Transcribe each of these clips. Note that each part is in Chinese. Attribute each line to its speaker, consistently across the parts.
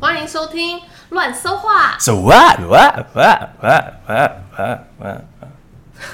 Speaker 1: 欢迎收听《乱搜话
Speaker 2: So what? What? What? What? What? What? What?》。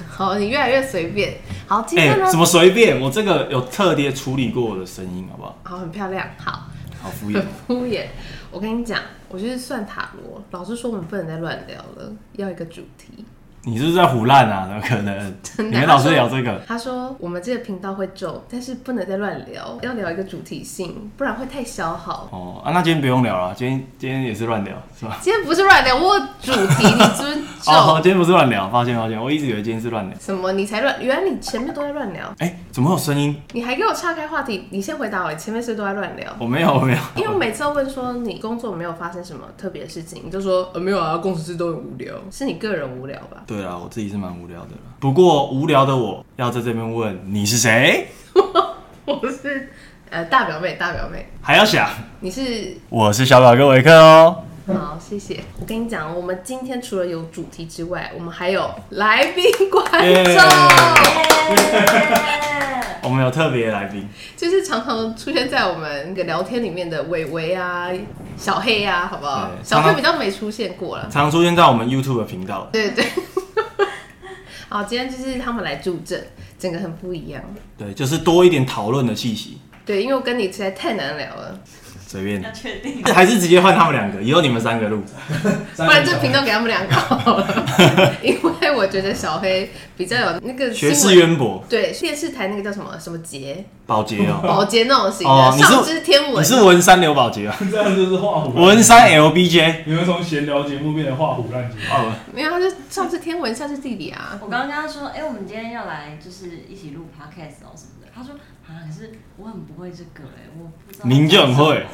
Speaker 1: 好，你越来越随便。好，今
Speaker 2: 哎
Speaker 1: 天呢，，
Speaker 2: 怎么随便？我这个有特别处理过我的声音，好不好？
Speaker 1: 好，很漂亮，好，
Speaker 2: 好敷
Speaker 1: 很
Speaker 2: 衍。
Speaker 1: 敷衍。我跟你讲，我就是算塔罗，老师说我们不能再乱聊了，要一个主题。
Speaker 2: 你是不是在胡乱啊？怎么可能？
Speaker 1: 真
Speaker 2: 你
Speaker 1: 的
Speaker 2: 跟老师聊这个？
Speaker 1: 他说我们这个频道会皱，但是不能再乱聊，要聊一个主题性，不然会太消耗。
Speaker 2: 哦啊，那今天不用聊了，今天今天也是乱聊，是吧？
Speaker 1: 今天不是乱聊，我有主题，你尊
Speaker 2: 哦，
Speaker 1: 重。
Speaker 2: 今天不是乱聊，抱歉抱歉，我一直以为今天是乱聊。
Speaker 1: 什么？你才乱？原来你前面都在乱聊，
Speaker 2: 哎、怎么会有声音？
Speaker 1: 你还给我岔开话题。你先回答我，你前面是不是都在乱聊。
Speaker 2: 我没有我没有。
Speaker 1: 因为我每次都问说你工作没有发生什么特别的事情，你就说呃没有啊，工程师都很无聊，是你个人无聊吧？
Speaker 2: 对啊啦，我自己是蛮无聊的啦。不过无聊的我要在这边问你是谁，
Speaker 1: 我是呃大表妹，大表妹，
Speaker 2: 还要想
Speaker 1: 你是
Speaker 2: 我是小表哥维克哦。
Speaker 1: 好，谢谢。我跟你讲，哦我们今天除了有主题之外，我们还有来宾观众
Speaker 2: Yeah 我们有特别来宾，
Speaker 1: 就是常常出现在我们的聊天里面的伟伟啊、小黑啊，好不好？
Speaker 2: 对
Speaker 1: 小
Speaker 2: 常
Speaker 1: 黑
Speaker 2: 常
Speaker 1: 比较没出现过了。
Speaker 2: 常出现在我们 YouTube 的频道。
Speaker 1: 对对对。好，今天就是他们来助阵，整个很不一样。
Speaker 2: 对，就是多一点讨论的气息。
Speaker 1: 对，因为我跟你实在太难聊了，
Speaker 2: 随便你
Speaker 3: 要，确定。
Speaker 2: 还是直接换他们两个，以后你们三个录。
Speaker 1: 不然这 频道给他们两个好了。因为我觉得小黑比较有那个
Speaker 2: 学
Speaker 1: 新
Speaker 2: 识
Speaker 1: 闻
Speaker 2: 渊博，
Speaker 1: 对电视台那个叫什么什么节
Speaker 2: 保洁哦。
Speaker 1: 保洁那种型的，
Speaker 2: 哦你是
Speaker 1: 上知天文。啊
Speaker 2: 你是文山刘保洁啊，
Speaker 4: 这样就是画虎烂
Speaker 2: 文山 LBJ。
Speaker 4: 你们从闲聊节目变成画虎烂节目。
Speaker 2: 哦，
Speaker 1: 没有，他就上知天文，下知地理啊。
Speaker 3: 我刚刚跟他说，哎、我们今天要来就是一起录 podcast 哦什么的。他说啊，可是我很不会这个哎、我不知道。
Speaker 2: 您就很会，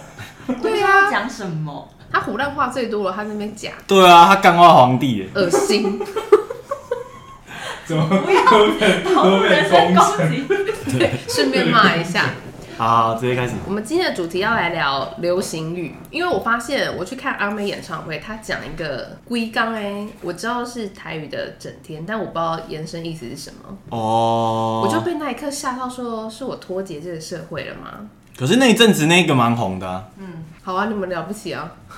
Speaker 1: 对
Speaker 3: 对
Speaker 1: 啊
Speaker 3: 啊，讲什么？
Speaker 1: 他胡乱话最多了，他在那边假
Speaker 2: 对啊，他干花皇帝耶。
Speaker 1: 恶 心。
Speaker 4: 怎么河北河北
Speaker 3: 身
Speaker 4: 工
Speaker 3: 攻
Speaker 4: 程？
Speaker 3: 击。
Speaker 1: 顺便骂一下，
Speaker 2: 好，直接开始。
Speaker 1: 我们今天的主题要来聊流行语，因为我发现我去看阿妹演唱会，她讲一个“龟缸”哎，我知道是台语的“整天”，但我不知道延伸意思是什么，
Speaker 2: 哦，
Speaker 1: 我就被那一刻吓到说是我脱节这个社会了吗？
Speaker 2: 可是那一阵子那个蛮红的啊、
Speaker 1: 好啊，你们了不起啊！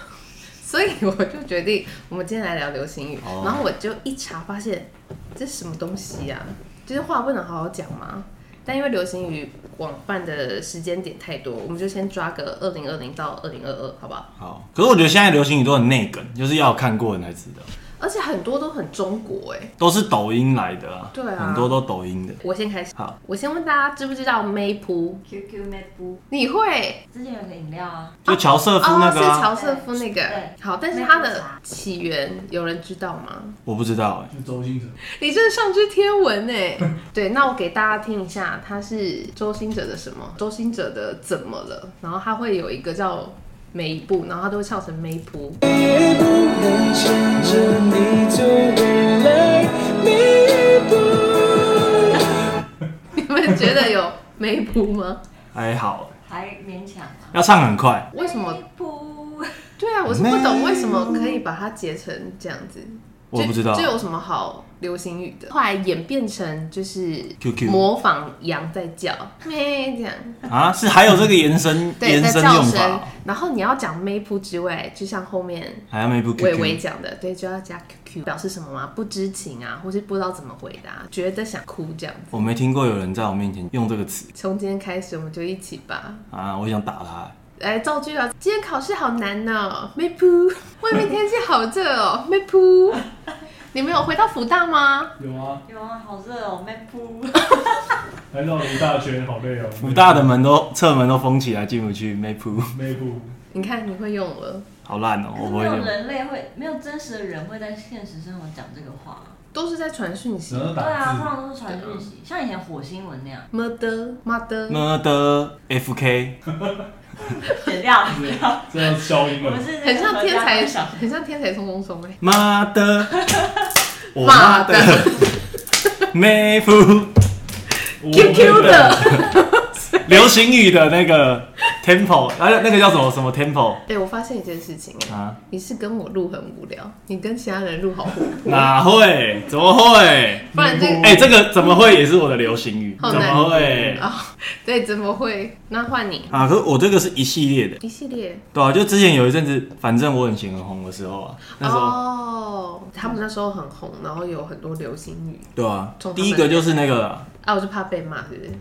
Speaker 1: 所以我就决定，我们今天来聊流行语。
Speaker 2: 哦
Speaker 1: 然后我就一查发现，这是什么东西呀、就是话不能好好讲嘛。但因为流行语广泛的时间点太多，我们就先抓个二零二零到二零二二，好不好？
Speaker 2: 好，可是我觉得现在流行语都很内梗，就是要有看过人才知道，
Speaker 1: 而且很多都很中国哎、
Speaker 2: 都是抖音来的啊。
Speaker 1: 对啊
Speaker 2: 很多都抖音的。
Speaker 1: 我先开始，
Speaker 2: 好，
Speaker 1: 我先问大家知不知道 Maypu？
Speaker 3: QQ m a p e
Speaker 1: 你会
Speaker 3: 之前有个饮料啊，
Speaker 2: 就乔瑟夫那
Speaker 1: 哦是
Speaker 2: 个、啊
Speaker 1: 乔瑟夫那个
Speaker 3: 对。
Speaker 1: 好，但是它
Speaker 3: Maypu
Speaker 1: 的
Speaker 3: 啥
Speaker 1: 起源有人知道吗？
Speaker 2: 我不知道哎、
Speaker 4: 就周星驰，
Speaker 1: 你真的上知天文 哎！对，那我给大家听一下，他是周星哲的什么？周星哲的怎么了？然后他会有一个叫每一步，然后他都会唱成每一步。
Speaker 5: 也不能牵着你走未来每一步。
Speaker 1: 你们觉得有每一步吗？
Speaker 2: 还好，
Speaker 3: 还勉强啊。
Speaker 2: 要唱很快。
Speaker 1: 为什么？
Speaker 3: 不？
Speaker 1: 对啊，我是不懂为什么可以把它结成这样子。
Speaker 2: 我不知道
Speaker 1: 这有什么好流行语的？后来演变成就是
Speaker 2: QQ
Speaker 1: 模仿羊在叫咩这样，
Speaker 2: 啊，是还有这个延伸
Speaker 1: 对，
Speaker 2: 延
Speaker 1: 在
Speaker 2: 伸
Speaker 1: 叫
Speaker 2: 用
Speaker 1: 声
Speaker 2: 法，。哦
Speaker 1: 然后你要讲 Maple 之外，就像后面
Speaker 2: 还有那部
Speaker 1: 微微
Speaker 2: QQ，
Speaker 1: 讲的，对，就要加 QQ，表示什么吗？不知情啊，或是不知道怎么回答，觉得想哭这样子。
Speaker 2: 我没听过有人在我面前用这个词
Speaker 1: 从今天开始，我们就一起吧。
Speaker 2: 啊，我想打他。
Speaker 1: 来造句啊！今天考试好难呢、妹噗。外面天气好热哦， 妹噗。你们有回到福大吗？
Speaker 4: 有啊，
Speaker 3: 有啊，好热哦 m a p
Speaker 4: 还绕了一大圈，好累哦。
Speaker 2: 福大的门都侧门都封起来，进不去。妹夫，
Speaker 4: 内部，
Speaker 1: 你看你会用了，
Speaker 2: 好烂 哦、
Speaker 3: 可
Speaker 2: 我
Speaker 3: 是
Speaker 2: 不
Speaker 3: 没
Speaker 2: 会
Speaker 3: 有
Speaker 2: 用。
Speaker 3: 人类会，没有真实的人会在现实生活讲这个话。
Speaker 1: 都是在传讯息
Speaker 4: 然。后
Speaker 3: 对啊，
Speaker 4: 打
Speaker 3: 通
Speaker 4: 字，
Speaker 3: 常都是传讯息，像以前火星文那样，
Speaker 1: 么的妈的，
Speaker 2: 么的 FK，
Speaker 3: 剪掉，
Speaker 4: 这样消音
Speaker 3: 我们
Speaker 4: 了。
Speaker 3: 是
Speaker 1: 很像天才
Speaker 3: 小，
Speaker 1: 很像天才冲冲冲哎。
Speaker 2: 妈 的，我
Speaker 1: 妈的
Speaker 2: 妹夫，
Speaker 4: 我
Speaker 1: QQ 的，
Speaker 2: 流行语的那个 tempo，而且那个叫什么什么 tempo
Speaker 1: 哎、我发现一件事情、哎、
Speaker 2: 啊？
Speaker 1: 你是跟我录很无聊，你跟其他人录好 活泼，
Speaker 2: 哪会？怎么会？
Speaker 1: 不然这个
Speaker 2: 哎、这个怎么会也是我的流行语？
Speaker 1: 嗯好
Speaker 2: 怎
Speaker 1: 难
Speaker 2: 么会？
Speaker 1: 啊、对，怎么会？那换你
Speaker 2: 啊，可是我这个是一系列的，
Speaker 1: 一系列
Speaker 2: 对啊，就之前有一阵子，反正我很行很红的时候啊，那时候、
Speaker 1: 哦，他们那时候很红，然后有很多流行语
Speaker 2: 对啊
Speaker 1: 从，他们
Speaker 2: 第一个就是那个
Speaker 1: 啊，我就怕被骂，对不对？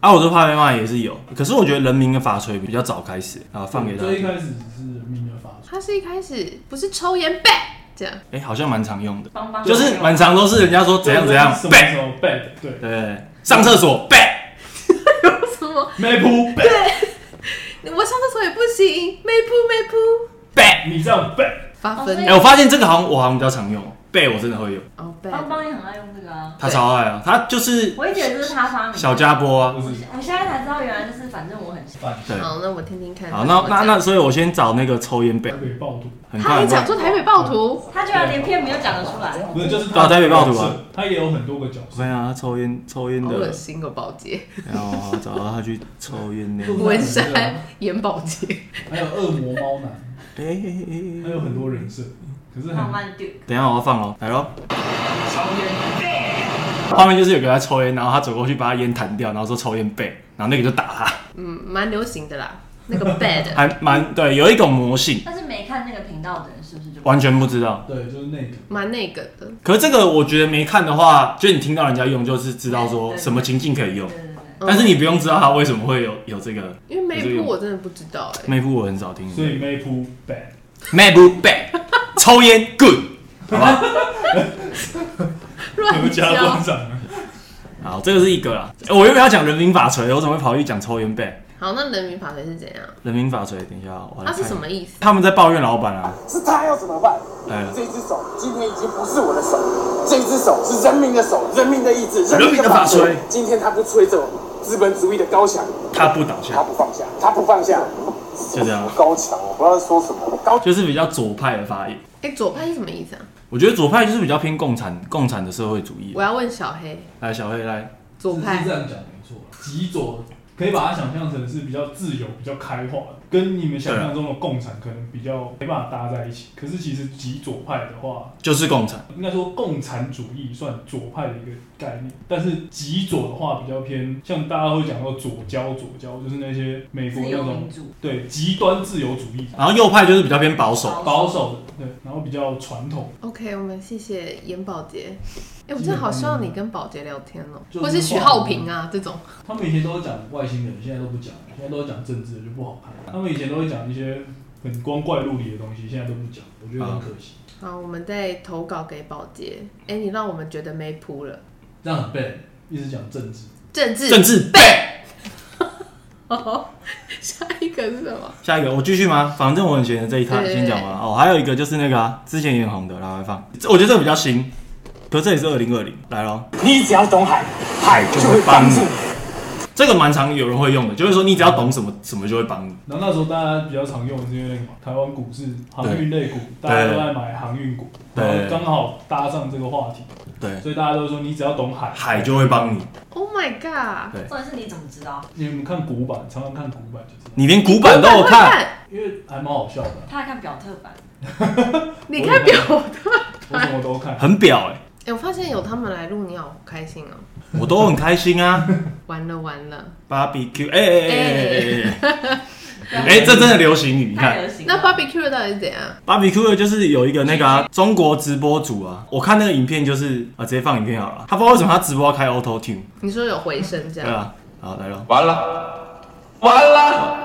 Speaker 2: 啊，我就怕被骂也是有，可是我觉得人民的法锤比较早开始啊，放给大家
Speaker 1: 嗯
Speaker 4: 最一
Speaker 2: 听，哎、
Speaker 4: 开始只是人民的发出，
Speaker 1: 他是一开始不是抽烟呗，这样
Speaker 2: 好像蛮常用的，
Speaker 3: 帮
Speaker 1: 嗯
Speaker 3: 帮
Speaker 2: 就是蛮常都是人家说怎样怎样
Speaker 4: 什么
Speaker 2: 背，
Speaker 4: 什么 bad，对
Speaker 2: 对，上厕所背，
Speaker 1: 什么？
Speaker 4: ，maple bad，
Speaker 1: 我上厕所也不行，没铺没铺，
Speaker 2: 背，
Speaker 4: 你这样 bad，
Speaker 1: 发
Speaker 3: 哦所
Speaker 1: 分
Speaker 2: 哎、
Speaker 3: 以
Speaker 2: 我发现这个好像我好像比较常用，背我真的会用，
Speaker 1: 哦，被
Speaker 3: 帮帮也很爱用这个啊。
Speaker 2: 他超爱啊，他就是
Speaker 3: 我也觉得这是他发明的
Speaker 2: 小。家波啊，
Speaker 4: 不是
Speaker 3: 我现在才知道，原来就是反正我很喜
Speaker 4: 反
Speaker 2: 对，
Speaker 1: 好，哦那我听听看。
Speaker 2: 好，那那那，所以我先找那个抽烟背
Speaker 4: 台，北暴徒，
Speaker 2: 很
Speaker 1: 他
Speaker 2: 快
Speaker 1: 还
Speaker 2: 很快
Speaker 1: 讲出台北暴徒，
Speaker 3: 欢，他居
Speaker 2: 啊
Speaker 3: 然连片名都讲得出来。
Speaker 4: 不是就是
Speaker 2: 对啊台北暴徒啊，
Speaker 4: 他也有很多个角
Speaker 2: 我
Speaker 4: 色，
Speaker 2: 看一下他啊抽烟抽烟
Speaker 1: 好恶
Speaker 2: 的，
Speaker 1: 心哦，保洁、
Speaker 2: 然后找到他去抽烟的，
Speaker 1: 文山、严保洁，
Speaker 4: 还有恶魔猫男，
Speaker 2: 哎、欸欸欸
Speaker 4: 还有很多人设，可是
Speaker 3: 慢
Speaker 4: 很
Speaker 3: 慢丢，
Speaker 2: 等一下我要放喽，来喽。
Speaker 3: 抽烟，
Speaker 2: 画面就是有个人在抽烟，然后他走过去把他烟弹掉，然后说抽烟背，然后那个就打他，
Speaker 1: 嗯，蛮流行的啦，那个 bad，
Speaker 2: 还蛮对，有一种魔性，
Speaker 3: 但是没看那个频道的人是不是就
Speaker 2: 完全不知道。
Speaker 4: 对，就是那个
Speaker 1: 蛮那个的。
Speaker 2: 可是这个我觉得没看的话，就你听到人家用，就是知道说什么情境可以用
Speaker 3: 对，对对，
Speaker 1: 嗯
Speaker 2: 但是你不用知道他为什么会有有这个。
Speaker 1: 因为没铺我真的不知道哎、
Speaker 2: 妹夫我很少听，
Speaker 4: 所以 maple bad，
Speaker 2: 妹夫背，抽烟 good，好吧？
Speaker 1: 乱
Speaker 4: 加
Speaker 1: 教
Speaker 4: 光。长啊，
Speaker 2: 好，这个是一个啦。欸我原本要讲人民法锤，我怎么会跑去讲抽烟背？
Speaker 1: 好，那人民法锤是怎样？
Speaker 2: 人民法锤，等一下我来
Speaker 1: 它
Speaker 2: 看。
Speaker 1: 是什？么意思？
Speaker 2: 他们在抱怨老板啊，哎
Speaker 6: 是他要怎么办？
Speaker 2: 来了。
Speaker 6: 这只手今天已经不是我的手，这只手是人民的手，人民的意志，人民的法
Speaker 2: 人民的法
Speaker 6: 锤
Speaker 2: 锤。
Speaker 6: 今天他不吹奏资本主义的高墙，
Speaker 2: 他不倒下
Speaker 6: 他，不放下，他不放下，
Speaker 2: 哎就这样
Speaker 6: 高墙，我不知道在说什么。高
Speaker 2: 就是比较左派的发言。
Speaker 1: 哎、左派是什么意思啊？
Speaker 2: 我觉得左派就是比较偏共产共产的社会主义
Speaker 1: 我。要问小黑，
Speaker 2: 来，小黑来，
Speaker 1: 左
Speaker 4: 是
Speaker 1: 派
Speaker 4: 这样讲没错，极左可以把它想象成是比较自由、比较开化的，跟你们想象中的共产可能比较没办法搭在一起。可是其实极左派的话，
Speaker 2: 就是共产，
Speaker 4: 应该说共产主义算左派的一个概念，但是极左的话比较偏，像大家会讲到左交，左交就是那些美国
Speaker 3: 自
Speaker 4: 那
Speaker 3: 由
Speaker 4: 种
Speaker 3: 民主，
Speaker 4: 对极端自由主义
Speaker 2: 然后右派就是比较偏保守。
Speaker 4: 保守的，对，然后比较传统，
Speaker 1: ，OK，我们谢谢严保洁。哎、我真的好希望你跟保洁聊天哦、
Speaker 4: 就是
Speaker 1: 或是许浩平啊这种。
Speaker 4: 他们以前都讲外星人，现在都不讲，现在都讲政治的就不好看。他们以前都会讲一些很光怪陆离的东西，现在都不讲，我觉得很可惜，
Speaker 1: 好，我们再投稿给保洁。哎、你让我们觉得没谱了。
Speaker 4: 这样很 bad，一直讲政治。
Speaker 1: 政治，
Speaker 2: 政治背。
Speaker 1: 下一个是什么？
Speaker 2: 下一个我继续吗？反正我很闲的这一摊
Speaker 1: 对对
Speaker 2: 先讲完哦。还有一个就是那个啊，之前也很红的，然后来放。这我觉得这个比较新，可这也是二零二零来咯。
Speaker 6: 你只要懂海，海就会帮助你。
Speaker 2: 这个蛮常有人会用的，就是说你只要懂什么什么就会帮你。
Speaker 4: 然后那时候大家比较常用的是因为那个嘛，台湾股市航运类股，大家都在买航运股，
Speaker 2: 对
Speaker 4: 然后刚好搭上这个话题，
Speaker 2: 对，
Speaker 4: 所以大家都说你只要懂海，
Speaker 2: 海就会帮你。
Speaker 1: Oh my god！
Speaker 2: 对
Speaker 3: 重点是你怎么知道？
Speaker 4: 你们看古版，常常看古版就知道，
Speaker 2: 你连古板都有看，
Speaker 4: 因为还蛮好笑的啊，
Speaker 3: 他还看表特版，
Speaker 1: 你看表的。
Speaker 4: 我什么都 看。
Speaker 2: 很表哎、
Speaker 1: 哎、我发现有他们来录，你好开心哦、
Speaker 2: 我都很开心啊。
Speaker 1: 完了完了，
Speaker 2: BBQ，哎哎哎哎哎哎，哎，这真的流行语，你看啊
Speaker 3: 太。恶心了。
Speaker 1: 那 barbecue 到底是怎样？
Speaker 2: BBQ 就是有一个那个、啊、中国直播主啊，我看那个影片就是啊，直接放影片好了。他不知道为什么他直播要开 Auto Tune，
Speaker 1: 你说有回声这
Speaker 2: 对
Speaker 1: 样？
Speaker 2: 啊，好来了，
Speaker 7: 完了，完了，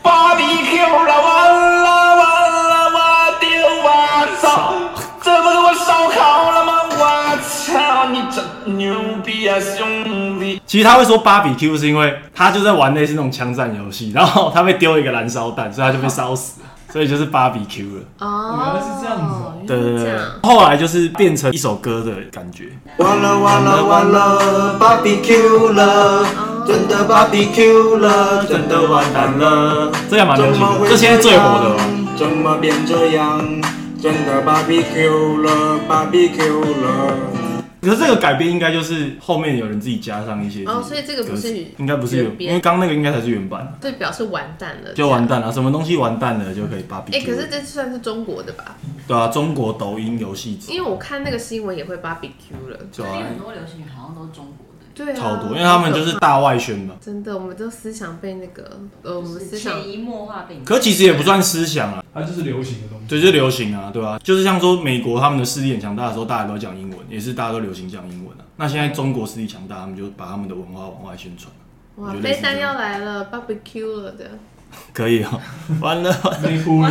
Speaker 7: 芭比 Q 了，完了，完了，我的我操，这不是我烧烤了吗？我操，你真牛逼啊，兄弟！
Speaker 2: 其实他会说 BBQ 是因为他就在玩类似那种枪战游戏，然后他被丢一个燃烧弹，所以他就被烧死了，所以就是 BBQ 了。
Speaker 1: 哦，
Speaker 4: 原来是这样子哦
Speaker 2: 对
Speaker 1: 原来是
Speaker 2: 对
Speaker 1: 这
Speaker 2: 对
Speaker 1: 样，
Speaker 2: 后来就是变成一首歌的感觉。
Speaker 8: 完了完了完了，barbecue 了，真的 barbecue 了，真的完蛋了。
Speaker 2: 这个蛮流行的
Speaker 8: 怎么会
Speaker 2: 这现在最火的了
Speaker 8: 怎么变这样？真的 barbecue 了，barbecue 了。
Speaker 2: 可是这个改编应该就是后面有人自己加上一些
Speaker 1: 哦所以这个不是
Speaker 2: 歌词应该不是
Speaker 1: 原
Speaker 2: 原，
Speaker 1: 编啊
Speaker 2: 因为刚那个应该才是原版，
Speaker 1: 这表示完蛋了，
Speaker 2: 就完。蛋了，什么东西完蛋了就可以 b 比。
Speaker 1: 哎、可是这算是中国的吧？
Speaker 2: 对啊，中国抖音游戏机
Speaker 1: 因为我看那个新闻也会 barbecue 了。
Speaker 2: 对
Speaker 3: 最近
Speaker 2: 啊
Speaker 3: 很，多流行语好像都是中国的，
Speaker 1: 对啊，
Speaker 2: 超多，因为他们就是大外宣嘛。
Speaker 1: 真的，我们都思想被那个呃，我
Speaker 3: 就
Speaker 1: 们
Speaker 3: 是
Speaker 1: 思想
Speaker 3: 潜移默化被你。
Speaker 2: 可其实也不算思想啊，
Speaker 4: 它就是流行的东西。
Speaker 2: 对，就是流行啊，对吧、就是像说美国他们的势力很强大的时候，大家都讲英文，也是大家都流行讲英文啊。那现在中国势力强大，他们就把他们的文化往外宣传，
Speaker 1: 哇，
Speaker 2: 有类似
Speaker 1: 飞弹
Speaker 2: 这
Speaker 1: 要
Speaker 2: 样
Speaker 1: 来了，barbecue 了的，
Speaker 2: 可以哦、 完了，
Speaker 4: 没铺了，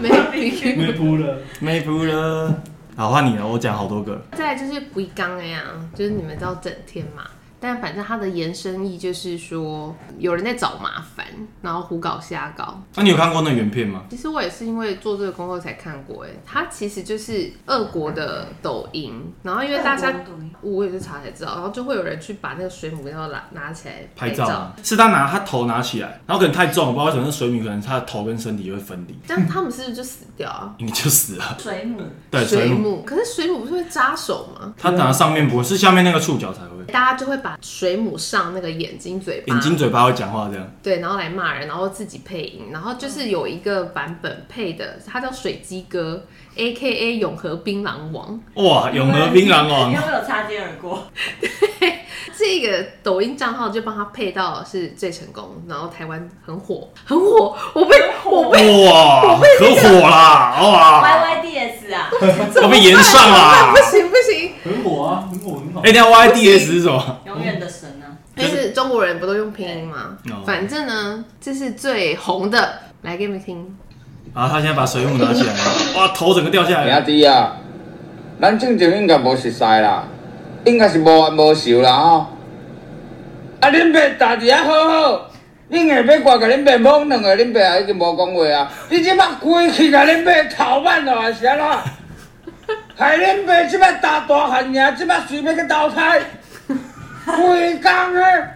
Speaker 1: 没有 barbecue。
Speaker 4: 没铺 了，
Speaker 2: 没谱了。好，换你了，我讲好多个。
Speaker 1: 再来就是不一刚哎呀，就是你们知道整天嘛，但反正它的延伸意就是说有人在找麻烦，然后胡搞瞎搞。
Speaker 2: 那、你有看过那原片吗？
Speaker 1: 其实我也是因为做这个功课才看过哎，它其实就是俄国的抖音，然后因为大家
Speaker 3: 中国的抖音
Speaker 1: 我也是查才知道，然后就会有人去把那个水母要拿拿起来
Speaker 2: 拍照啊，是他拿他头拿起来，然后可能太重，我不知道为什么那水母可能他的头跟身体就会分离，
Speaker 1: 但他们是不是就死掉啊？
Speaker 2: 你就死了。
Speaker 3: 水母，
Speaker 2: 对，水母，
Speaker 1: 母，可是水母不是会扎手吗？
Speaker 2: 他拿上面不会，是下面那个触角才会，
Speaker 1: 大家就会把水母上那个眼睛、嘴巴、
Speaker 2: 眼睛、嘴巴会讲话这样。
Speaker 1: 对，然后来骂人，然后自己配音，然后就是有一个版本配的，它叫水鸡哥，A K A 永和槟榔王。
Speaker 2: 哇，永和槟榔哦王
Speaker 3: 因为。我 有擦肩而过。
Speaker 1: 这个抖音账号就帮他配到是最成功，然后台湾很火，很火，我被我被
Speaker 2: 哇，可火啦！
Speaker 3: Y
Speaker 2: 哇，
Speaker 3: Y D S 啊，
Speaker 2: 要被延上啊 啦
Speaker 1: 不！行不行，
Speaker 4: 很火啊，很火，很好
Speaker 2: 哎，。那 YDS 是什么？
Speaker 3: 永远的神啊，
Speaker 1: 就是中国人不都用拼音吗
Speaker 2: 哦？
Speaker 1: 反正呢，这是最红的，来给你们听，
Speaker 2: 啊，他现在把水母拿起来了，哇，头整个掉下来
Speaker 9: 兄。弟啊，咱正经应该无熟识啦，应该是无冤无仇啦吼、啊，恁爸家己啊好好，恁下摆挂甲恁爸懵两个，恁爸也已经无讲话啊。你即摆规气甲恁爸头挽落来是安怎？害恁爸即摆大大汉尔，即摆随便去投胎，规工诶。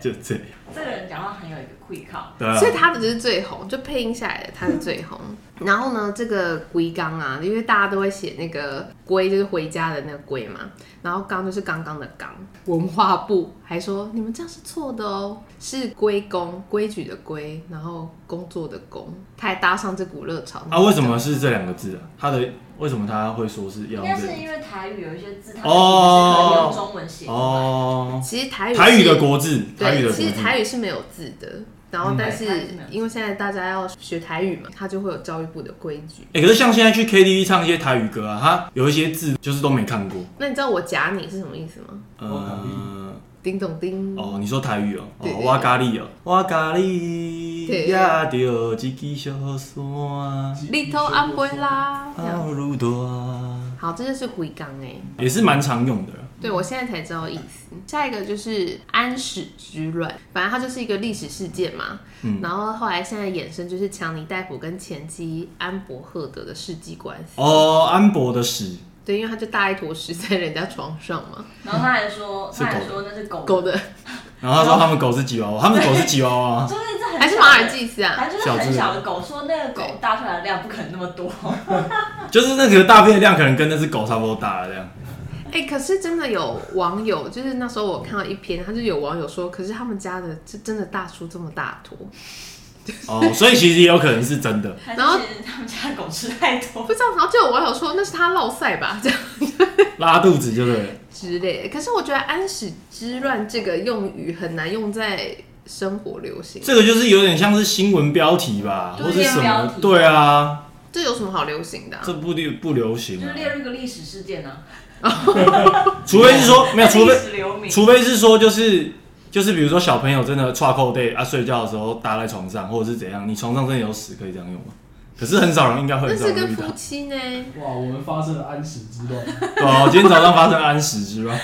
Speaker 2: 就这样，
Speaker 3: 这个人讲话很有一个 quick 靠。
Speaker 2: 对啊
Speaker 1: 所以，他的就是最红，就配音下来的他是最红。然后呢，这个龟缸啊，因为大家都会写那个龟就是回家的那个龟嘛，然后缸就是刚刚的缸。文化部还说你们这样是错的哦，是归公规矩的规，然后工作的工，他还搭上这股热潮。
Speaker 2: 啊，为什么是这两个字啊？他的为什么他会说是要用
Speaker 3: 应该
Speaker 2: 这
Speaker 3: 是
Speaker 2: 个？
Speaker 3: 因为台语有一些字，它
Speaker 2: 哦
Speaker 3: 们是可以用中文写的。
Speaker 2: 哦，
Speaker 1: 其实台语
Speaker 2: 台语的
Speaker 1: 是
Speaker 2: 国字，台
Speaker 1: 对，
Speaker 2: 语的国
Speaker 1: 其实
Speaker 2: 字。
Speaker 1: 台语是没有字的。然后，但是
Speaker 3: 嗯台语是没有字
Speaker 1: 因为现在大家要学台语嘛，他就会有教育部的规矩。
Speaker 2: 哎，可是像现在去 KTV 唱一些台语歌啊，他有一些字就是都没看过。
Speaker 1: 那你知道我夹你是什么意思吗？
Speaker 2: 嗯，
Speaker 1: 叮咚叮。
Speaker 2: 哦，你说台语哦，
Speaker 1: 对
Speaker 2: 哦，哇咖喱哦，哇咖喱，
Speaker 1: 对
Speaker 2: 压着一支小山。
Speaker 1: 里头安慰啦。这样
Speaker 2: 鲁多啊，
Speaker 1: 好，这就是回港哎，
Speaker 2: 也是蛮常用的。
Speaker 1: 对我现在才知道意思。下一个就是安史之乱，反正它就是一个历史事件嘛。
Speaker 2: 嗯
Speaker 1: 然后后来现在衍生就是强尼戴普跟前妻安博赫德的世纪官司。
Speaker 2: 哦，安博的屎，
Speaker 1: 对，因为他就大一坨屎在人家床上嘛，
Speaker 3: 然后他还说，
Speaker 2: 是
Speaker 3: 他
Speaker 2: 狗的
Speaker 3: 还说那是
Speaker 2: 哦
Speaker 3: 狗
Speaker 1: 狗，的
Speaker 2: 然后他说他们狗是吉娃娃，他们狗是吉娃啊娃，
Speaker 3: 就是这很小的
Speaker 1: 还是马尔，济斯啊。
Speaker 3: 反正就是很小的狗，说那个狗大出来的量不可能那么多。
Speaker 2: 就是那个大便的量可能跟那只狗差不多大了这样。
Speaker 1: 哎、可是真的有网友，就是那时候我看到一篇，他就有网友说，可是他们家的这真的大出这么大坨，
Speaker 2: 哦，所以其实也有可能是真的。
Speaker 1: 然后
Speaker 3: 还是其实他们家的狗吃太多
Speaker 1: 不，知道。然后就有网友说那是他落塞吧，这样。
Speaker 2: 拉肚子就对了，
Speaker 1: 之类的。可是我觉得“安史之乱”这个用语很难用在生活流行，
Speaker 2: 这个就是有点像是新闻标题吧，
Speaker 1: 对
Speaker 2: 或者什
Speaker 3: 标
Speaker 2: 么
Speaker 3: 题？
Speaker 2: 对啊，
Speaker 1: 这有什么好流行的、啊
Speaker 2: 这？不流不流行
Speaker 3: 就是
Speaker 2: 啊，
Speaker 3: 列入一个历史事件呢。
Speaker 2: 除非是说没有，除
Speaker 3: 历
Speaker 2: 非
Speaker 3: 史留名。
Speaker 2: 除非是说就是。就是比如说小朋友真的岔扣 day 啊，睡觉的时候搭在床上，或者是怎样，你床上真的有屎可以这样用吗？可是很少人应该会
Speaker 1: 那
Speaker 2: 很少人
Speaker 1: 是
Speaker 2: 遇到。
Speaker 1: 跟夫妻呢？
Speaker 4: 哇，我们发生了安史之乱，
Speaker 2: 对啊，我今天早上发生安史之乱，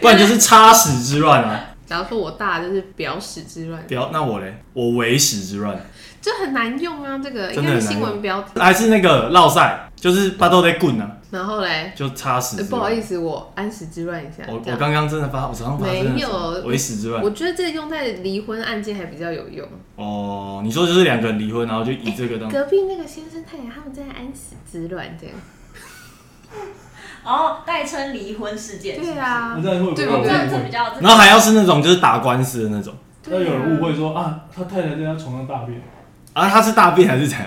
Speaker 2: 不然就是插屎之乱啊。
Speaker 1: 假如说我大就是表史之乱，
Speaker 2: 不要，那我嘞，我为屎之乱，
Speaker 1: 这很难用啊。这个应
Speaker 2: 真的
Speaker 1: 该
Speaker 2: 很难用
Speaker 1: 是新闻标题。
Speaker 2: 还是那个绕赛，就是巴豆在棍啊，
Speaker 1: 然后嘞、
Speaker 2: 就插屎
Speaker 1: 呃
Speaker 2: 之乱。
Speaker 1: 不好意，思，我安史之乱一下。
Speaker 2: 我
Speaker 1: 这
Speaker 2: 我
Speaker 1: 样
Speaker 2: 刚刚真的发，我早上发生了
Speaker 1: 没有
Speaker 2: 为屎之乱
Speaker 1: 我。觉得这个用在离婚案件还比较有用。
Speaker 2: 哦，你说嗯就是两个人离婚，然后就以这个当
Speaker 1: 隔壁那个先生太太他们在安史之乱这样，
Speaker 3: 哦，代称离婚事件，
Speaker 1: 对啊
Speaker 4: 那，这样会不会
Speaker 1: 对
Speaker 4: 有
Speaker 1: 不
Speaker 4: 误
Speaker 1: 对
Speaker 3: 这样这
Speaker 4: 会
Speaker 3: 比？较，
Speaker 2: 然后还要是那种就是打官司的那种
Speaker 4: 那有人误会说啊，他太太在他床上大便，
Speaker 2: 啊，他是大便还是怎样？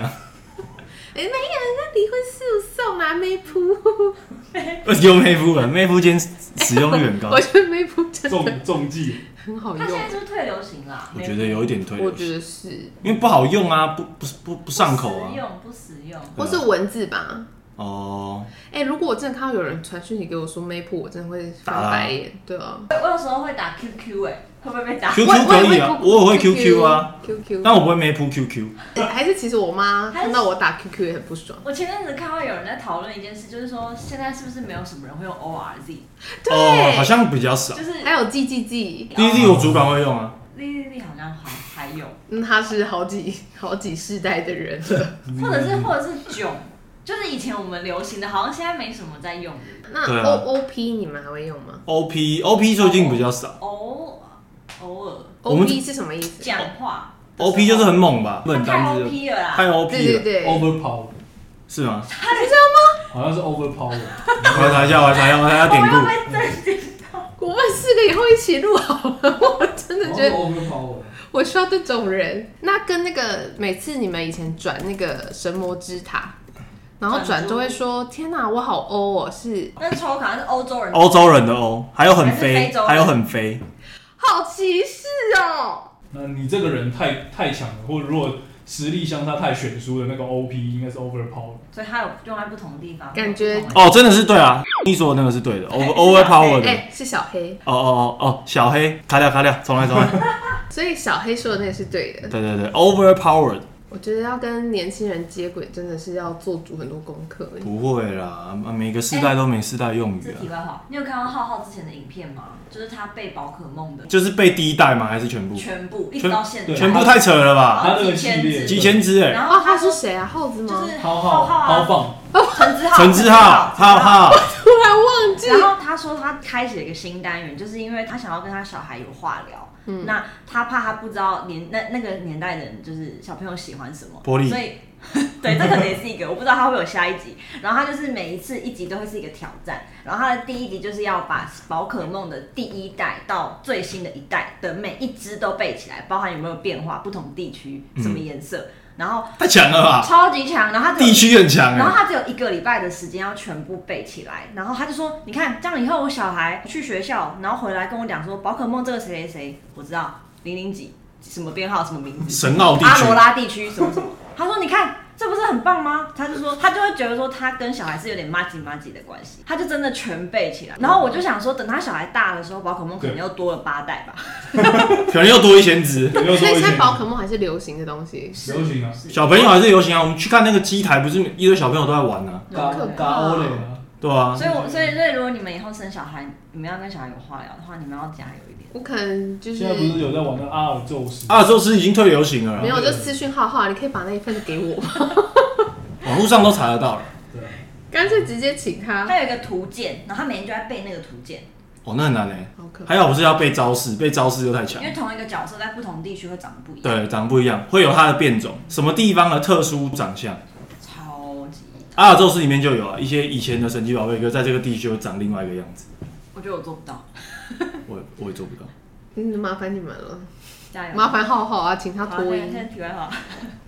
Speaker 1: 哎，没有，人家离婚诉讼啊，妹夫，
Speaker 2: 有妹夫了，妹夫间使用率很 高
Speaker 1: 我，觉得妹夫真的
Speaker 4: 中中计，
Speaker 1: 很好
Speaker 3: 他
Speaker 1: 用
Speaker 3: 现，在是不是退流行啦？
Speaker 2: 我觉得有一点推
Speaker 1: 我
Speaker 2: 流
Speaker 1: 觉得
Speaker 2: 行，
Speaker 1: 是，
Speaker 2: 因为不好用啊，不不不不上口
Speaker 3: 不
Speaker 2: 啊
Speaker 3: 实。用不实用，
Speaker 2: 对
Speaker 1: 或
Speaker 2: 啊
Speaker 1: 是文字吧。
Speaker 2: 哦，
Speaker 1: 哎、如果我真的看到有人传讯息给我说妹夫，我真的会
Speaker 2: 打
Speaker 1: 翻
Speaker 2: 他
Speaker 1: 白眼，对啊。
Speaker 3: 我我有时候会打 QQ 哎、会不会被打？
Speaker 2: Q-
Speaker 1: 我也
Speaker 2: QQ 可以啊我也会 QQ 啊
Speaker 1: ，QQ。
Speaker 2: 但我不会没铺 QQ，
Speaker 1: 欸还是其实我妈
Speaker 3: 还是
Speaker 1: 看到我打 QQ 也很不爽。
Speaker 3: 我前阵子看到有人在讨论一件事，就是说现在是不是没有什么人会用 ORZ，
Speaker 2: 哦，好像比较少
Speaker 3: 就。是
Speaker 1: 还有 G G G，
Speaker 2: 第一季我主管会用啊，
Speaker 3: 丽丽丽好像还还有，
Speaker 1: 嗯，她是好几好几世代的人 了。
Speaker 3: 或者是或者是囧，就是以前我们流行的，好像现在没什么在用的。
Speaker 1: 那
Speaker 2: 对啊
Speaker 1: O O P 你们还会用吗
Speaker 2: OP OP 最近比较少
Speaker 3: 偶偶尔
Speaker 2: 我
Speaker 1: ？O
Speaker 2: 们
Speaker 1: P 是什么意思？
Speaker 3: 讲话
Speaker 2: ，OP 哦就是很猛吧，日
Speaker 3: 他
Speaker 2: 本
Speaker 3: 太
Speaker 2: 单字
Speaker 3: OP 了啦，
Speaker 2: 太 OP
Speaker 1: 对对
Speaker 2: 了，
Speaker 1: 对，
Speaker 4: overpower，
Speaker 2: 是吗？
Speaker 4: 好像是 overpower，
Speaker 2: 我查一下，我查一下，我查一下典故。
Speaker 1: 我们四个以后一起录好了。我真的觉得
Speaker 4: overpower，
Speaker 1: 我需要这种人。那跟那个每次你们以前转那个神魔之塔，然后转就会说：“天哪，我好欧哦，是
Speaker 3: 那抽卡是欧洲人，
Speaker 2: 欧洲人的欧，还有很
Speaker 3: 还是非
Speaker 2: 飞
Speaker 3: 洲，人
Speaker 2: 还有很飞，
Speaker 1: 好歧视哦。
Speaker 4: 那你这个人太太强了，或者如果实力相差太悬殊的那个 OP 应该是 overpower，
Speaker 3: 所以他有用在不同地方。
Speaker 1: 感觉
Speaker 3: 不同的
Speaker 2: 哦，真的是对啊，你说的那个是对的，over
Speaker 3: 哎是小黑
Speaker 2: overpower 的，
Speaker 1: 哎，是小黑，
Speaker 2: 哦哦哦哦，小黑，卡掉卡掉，重来重来，
Speaker 1: 所以小黑说的那个是对的。
Speaker 2: 对对对，overpowered，
Speaker 1: 我觉得要跟年轻人接轨，真的是要做足很多功课。
Speaker 2: 不会啦，每个世代都每世代用语
Speaker 3: 这
Speaker 2: 啊
Speaker 3: 题，外话，你有看到浩浩之前的影片吗？就是他被宝可梦的
Speaker 2: 就是被第一代吗？还是全部？
Speaker 3: 全部一直到现在，
Speaker 2: 全部太扯了吧，
Speaker 4: 他这个系列
Speaker 2: 几千只哎，
Speaker 3: 然
Speaker 1: 哦
Speaker 3: 后，
Speaker 1: 他
Speaker 3: 他
Speaker 1: 是
Speaker 3: 说
Speaker 1: 谁啊？耗子吗？
Speaker 3: 就是
Speaker 4: 浩
Speaker 3: 浩
Speaker 4: 浩
Speaker 3: 浩
Speaker 4: 浩
Speaker 3: 啊，
Speaker 4: 放，
Speaker 3: 陈志浩，
Speaker 2: 陈志浩，浩浩，
Speaker 1: 突然忘记
Speaker 3: 然后他说他开启了一个新单元，就是因为他想要跟他小孩有话聊。那他怕他不知道年那那个年代的人就是小朋友喜欢什么，
Speaker 2: 玻璃
Speaker 3: 所以 对这可能也是一个，我不知道他会有下一集。 然后他就是每一次一集都会是一个挑战，然后他的第一集就是要把宝可梦的第一代到最新的一代的每一只都背起来，包含有没有变化、不同地区、什么颜色，然后
Speaker 2: 太强了吧，
Speaker 3: 超级强，然后他
Speaker 2: 嗯
Speaker 3: 只有
Speaker 2: 地区很强
Speaker 3: 然后
Speaker 2: 哎，
Speaker 3: 他只有一个礼拜的时间要全部背起来，然后他就说：“你看，这样以后我小孩去学校，然后回来跟我讲说，宝可梦这个谁谁谁，我知道零零几什么编号什么名字，
Speaker 2: 神奥地
Speaker 3: 阿
Speaker 2: 区
Speaker 3: 罗，拉地区什么什么。”他说：“你看，这不是很棒吗？”他就说，他就会觉得说，他跟小孩是有点妈吉妈吉的关系，他就真的全背起来。然后我就想说，等他小孩大的时候，宝可梦可能又多了八代吧。
Speaker 2: 可能又多一千只。
Speaker 4: 所
Speaker 1: 所以现在宝可梦还是流行的东西。
Speaker 4: 啊流行啊，
Speaker 2: 小朋友还是流行啊，我们去看那个机台，不是一堆小朋友都在玩啊，
Speaker 4: 嘎
Speaker 1: 可怕
Speaker 4: 嘎欧嘞啊，
Speaker 2: 对啊，
Speaker 3: 所以我所以所以如果你们以后生小孩，你们要跟小孩有话聊的话，你们要加油一点。
Speaker 1: 我可能就是
Speaker 4: 现在不是有在玩那阿尔宙斯，
Speaker 2: 阿尔宙斯已经退流行了
Speaker 1: 没
Speaker 2: 啦，
Speaker 1: 有，就私讯浩啊浩，你可以把那一份给我吗，
Speaker 2: 网络上都查得到了。
Speaker 1: 干脆直接请他。
Speaker 3: 他有一个图鉴，然后他每天就在背那个图鉴。
Speaker 2: 哦，那很难哎，
Speaker 1: 好可怕！
Speaker 2: 还好不是要被招式，被招式又太强
Speaker 3: 因。为同一个角色在不同地区会长得不一样，
Speaker 2: 对，长不一样，会有它的变种，什么地方的特殊长相。
Speaker 3: 超级。
Speaker 2: 阿尔宙斯里面就有啊，一些以前的神奇宝贝，可是在这个地区又长另外一个样子。
Speaker 3: 我觉得我做不到，
Speaker 2: 我我也做不到。
Speaker 1: 嗯，麻烦你们了，
Speaker 3: 加油！
Speaker 1: 麻烦浩浩啊，请他
Speaker 3: 好，
Speaker 1: 播
Speaker 3: 现在现
Speaker 1: 音
Speaker 3: 在。题外话，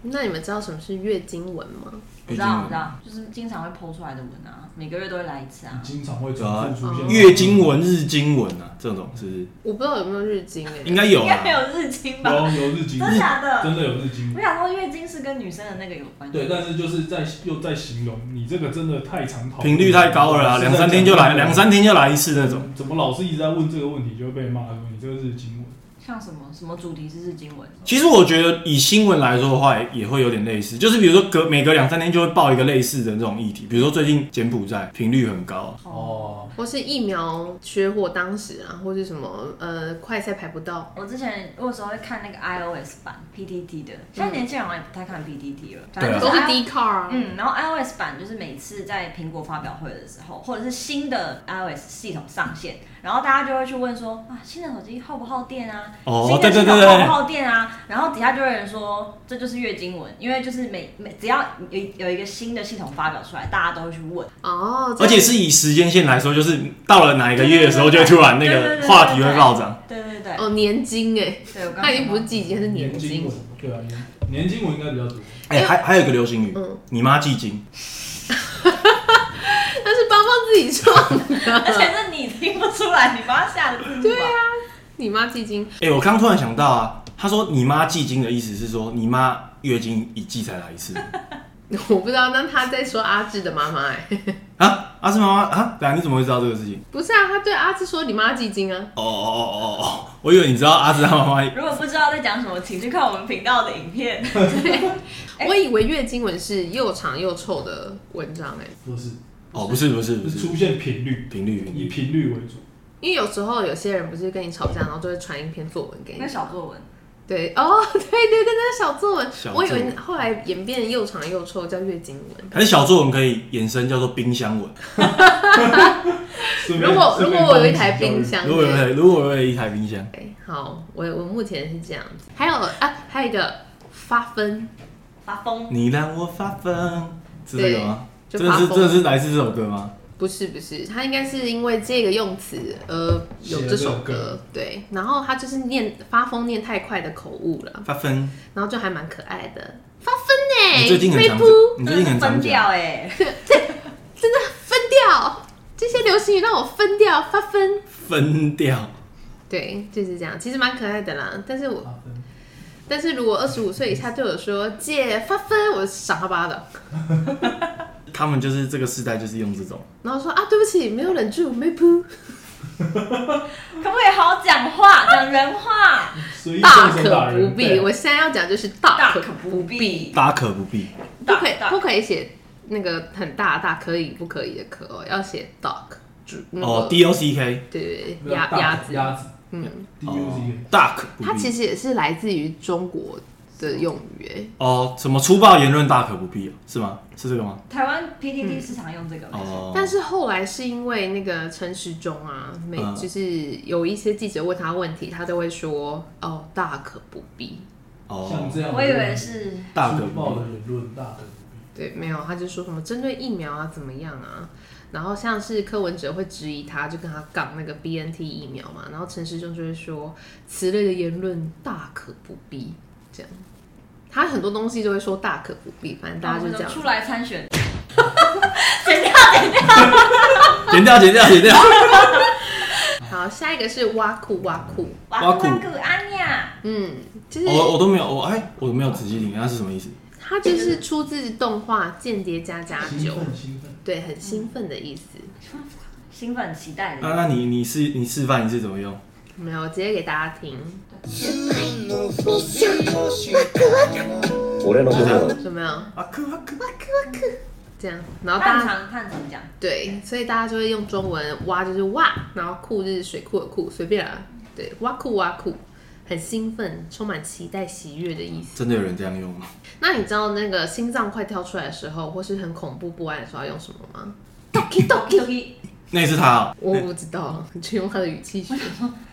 Speaker 1: 那你们知道什么是月经文吗？
Speaker 3: 我知道我知道，就是经常会剖出来的文啊，每个月都会来一次
Speaker 1: 嗯
Speaker 3: 啊。
Speaker 4: 经常会
Speaker 2: 有啊
Speaker 4: 重复出
Speaker 1: 哦
Speaker 4: 现
Speaker 2: 月经文、日经文啊，这种是不是
Speaker 1: 我不知道有没有日经诶、
Speaker 2: 应该有
Speaker 3: 应
Speaker 2: 啊
Speaker 3: 该没。有日经吧？
Speaker 4: 嗯有有日经，
Speaker 3: 真的假的？
Speaker 4: 真的有日经
Speaker 3: 我。想说月经是跟女生的那个有关。
Speaker 4: 对，但是就是在又在形容你这个真的太常讨论
Speaker 2: 频率太高了啊，
Speaker 4: 哦
Speaker 2: 两三天就来，两三天就来一次那种。
Speaker 4: 怎么老是一直在问这个问题，就会被骂说你这个日经文。
Speaker 3: 像什么什么主题是日经文，
Speaker 2: 其实我觉得以新闻来说的话，也也会有点类似，就是比如说隔每隔两三天就会报一个类似的这种议题，比如说最近柬埔寨频率很高，啊
Speaker 4: 哦，
Speaker 1: 或是疫苗缺货当时啊，或是什么呃快赛排不到，
Speaker 3: 我之前我有时候会看那个 iOS 版 PTT
Speaker 4: 嗯
Speaker 3: 的，现在年轻人好像也不太看 PTT 了，反正
Speaker 2: 对啊
Speaker 3: 就
Speaker 1: 都是
Speaker 3: 是
Speaker 1: D car 啊。
Speaker 3: 嗯，然后 iOS 版就是每次在苹果发表会的时候，或者是新的 iOS 系统上线，然后大家就会去问说啊，新的手机耗不耗电啊？
Speaker 2: 哦
Speaker 3: 新的
Speaker 2: 对
Speaker 3: 系
Speaker 2: 对
Speaker 3: 统
Speaker 2: 对对
Speaker 3: 耗不耗电啊？然后底下就有人说这就是月经文，因为就是每每只要有有一个新的系统发表出来，大家都会去问。
Speaker 1: 哦，这
Speaker 2: 而且是以时间线来说，就是到了哪一个月的时候，就会突然那
Speaker 3: 对对对
Speaker 2: 个
Speaker 3: 对
Speaker 2: 话题会暴涨。
Speaker 3: 对对对，
Speaker 1: 哦年金哎，
Speaker 3: 对我刚
Speaker 1: 它已经不是季节，它是
Speaker 4: 年
Speaker 1: 年
Speaker 4: 金
Speaker 1: 金
Speaker 4: 文。，对啊，年年金文应该比较多。
Speaker 2: 哎，还还有一个流行语
Speaker 1: 嗯，
Speaker 2: 你妈记经。
Speaker 1: 它是邦邦自己创的，
Speaker 3: 而且是你听不出来，你帮他下的字幕吧。对啊，
Speaker 1: 你妈基金
Speaker 2: 哎，我刚突然想到啊，他说你妈记经的意思是说你妈月经一季才来一次
Speaker 1: 我不知道，那他在说阿志的妈妈哎、
Speaker 2: 啊？阿志妈妈啊，对啊，你怎么会知道这个事情？
Speaker 1: 不是啊，他对阿志说你妈基金啊，
Speaker 2: 哦哦哦哦哦，我以为你知道阿志他妈妈
Speaker 3: 如果不知道在讲什么，请去看我们频道的影 片。哎
Speaker 1: 我以为月经文是又长又臭的文章哎、
Speaker 4: 不是，
Speaker 2: 哦，不是不是不
Speaker 4: 是
Speaker 2: 是
Speaker 4: 出现频率，
Speaker 2: 频率频
Speaker 4: 以
Speaker 2: 率，
Speaker 4: 频率为主。
Speaker 1: 因为有时候有些人不是跟你吵架，然后就会传一篇作文给你
Speaker 3: 那。小作文，
Speaker 1: 对哦， 对对对，那个小作文，
Speaker 2: 小
Speaker 1: 我以
Speaker 2: 作
Speaker 1: 为
Speaker 2: 文
Speaker 1: 后来演变又长又臭叫月经文。
Speaker 2: 还是小作文可以延伸叫做冰箱文。
Speaker 4: 顺便
Speaker 1: 如果如果
Speaker 4: 顺便
Speaker 1: 我有一
Speaker 4: 帮
Speaker 1: 台
Speaker 4: 自己教育
Speaker 1: 冰箱，
Speaker 2: 如果有一如果有一台冰箱，
Speaker 1: 对好，我我目前是这样子。还有啊，还有一个发疯，
Speaker 3: 发疯，
Speaker 2: 你让我发疯，是这个吗？
Speaker 1: 就
Speaker 2: 真的
Speaker 1: 发
Speaker 2: 是真的
Speaker 1: 疯。
Speaker 2: 是来自这首歌吗？
Speaker 1: 不是不是，他应该是因为这个用词而有这首
Speaker 4: 写了这个
Speaker 1: 歌，对。然后他就是念发疯念太快的口误了，
Speaker 2: 发疯，
Speaker 1: 然后就还蛮可爱的。发疯呢、
Speaker 2: 你最近很
Speaker 1: 飞
Speaker 2: 常
Speaker 1: 扑，，
Speaker 2: 你最近很
Speaker 3: 分
Speaker 2: 常
Speaker 3: 掉
Speaker 2: 讲，
Speaker 3: 哎、
Speaker 1: 真的分掉这些流行语让我分掉发疯。
Speaker 2: 分掉，
Speaker 1: 对，就是这样，其实蛮可爱的啦。但
Speaker 2: 哦
Speaker 1: 是我
Speaker 4: 啊分
Speaker 1: 但是如果二十五岁以下对我说“姐发疯”，我赏他巴掌，
Speaker 2: 他们就是这个世代就是用这种，
Speaker 1: 然后说啊，对不起，没有忍住，没 扑，
Speaker 3: 可不可以好好讲话，讲人话？
Speaker 4: 所以
Speaker 1: 大
Speaker 4: 动手打
Speaker 1: 可
Speaker 4: 人
Speaker 1: 不必。
Speaker 4: 对
Speaker 1: 我现在要讲就是大
Speaker 3: 大可
Speaker 1: 不
Speaker 3: 不
Speaker 1: 必
Speaker 3: 必，
Speaker 2: 大可不必。
Speaker 1: 不可以
Speaker 3: 大
Speaker 1: 不可以写那个很大大可以不可以的可哦，要写 dog 主那
Speaker 2: 哦
Speaker 1: 个
Speaker 2: ，D O C K，哦
Speaker 1: 对
Speaker 4: 没有
Speaker 1: 鸭
Speaker 4: 大
Speaker 1: 鸭子，
Speaker 4: 鸭子
Speaker 1: 嗯，
Speaker 4: ，D U Z，
Speaker 2: 大可不
Speaker 1: 它其
Speaker 2: 必。
Speaker 1: 实也是来自于中国的用语诶。
Speaker 2: 哦，什么粗暴言论大可不必啊，是吗？是这个吗？
Speaker 3: 台湾 PTT 市场用这个没错。
Speaker 2: 嗯哦，
Speaker 1: 但是后来是因为那个陈时中啊，每
Speaker 2: 嗯
Speaker 1: 就是有一些记者问他问题，他都会说哦，大可不必。
Speaker 4: 像
Speaker 2: 哦，
Speaker 4: 这样的人，
Speaker 3: 我以为是
Speaker 2: 大可
Speaker 4: 粗
Speaker 2: 不
Speaker 4: 暴的
Speaker 2: 必。
Speaker 4: 言论，大可不必。
Speaker 1: 对，没有，他就说什么针对疫苗啊怎么样啊，然后像是柯文哲会质疑他，就跟他杠那个 B N T 疫苗嘛，然后陈时中就会说此类的言论大可不必，这样，他很多东西都会说大可不必，反正大家就这样。
Speaker 3: 出来参选，剪掉剪掉。
Speaker 2: 剪掉，剪掉，剪掉。
Speaker 1: 好，下一个是挖苦挖苦，
Speaker 2: 哇酷
Speaker 3: 哇酷安呀，
Speaker 1: 嗯，就是、
Speaker 2: 哦我我都没有，我哎，我没有仔细听，那是什么意思？
Speaker 1: 它就是出自动画《间谍加加
Speaker 4: 兴
Speaker 1: 酒》，
Speaker 4: 奋兴奋，
Speaker 1: 对，很兴奋的意思。
Speaker 3: 兴奋期待
Speaker 2: 那
Speaker 3: 的。
Speaker 2: 那你你示你示范一次怎么用？
Speaker 1: 没有，我直接给大家听，
Speaker 8: 俺のことは
Speaker 1: 有没有？
Speaker 2: 啊酷啊酷。
Speaker 1: 这样，然后大家
Speaker 3: 探长探长讲，
Speaker 1: 对，所以大家就会用中文“挖”就是“哇”，然后“酷”就是水库的“库”，随便啊。对，“挖酷挖酷”，很兴奋，充满期待、喜悦的意思。
Speaker 2: 真的有人这样用吗？
Speaker 1: 那你知道那个心脏快跳出来的时候，或是很恐怖不安的时候要用什么吗？doki doki，
Speaker 2: 那也是他哦。
Speaker 1: 我不知道，你去用他的语气 学。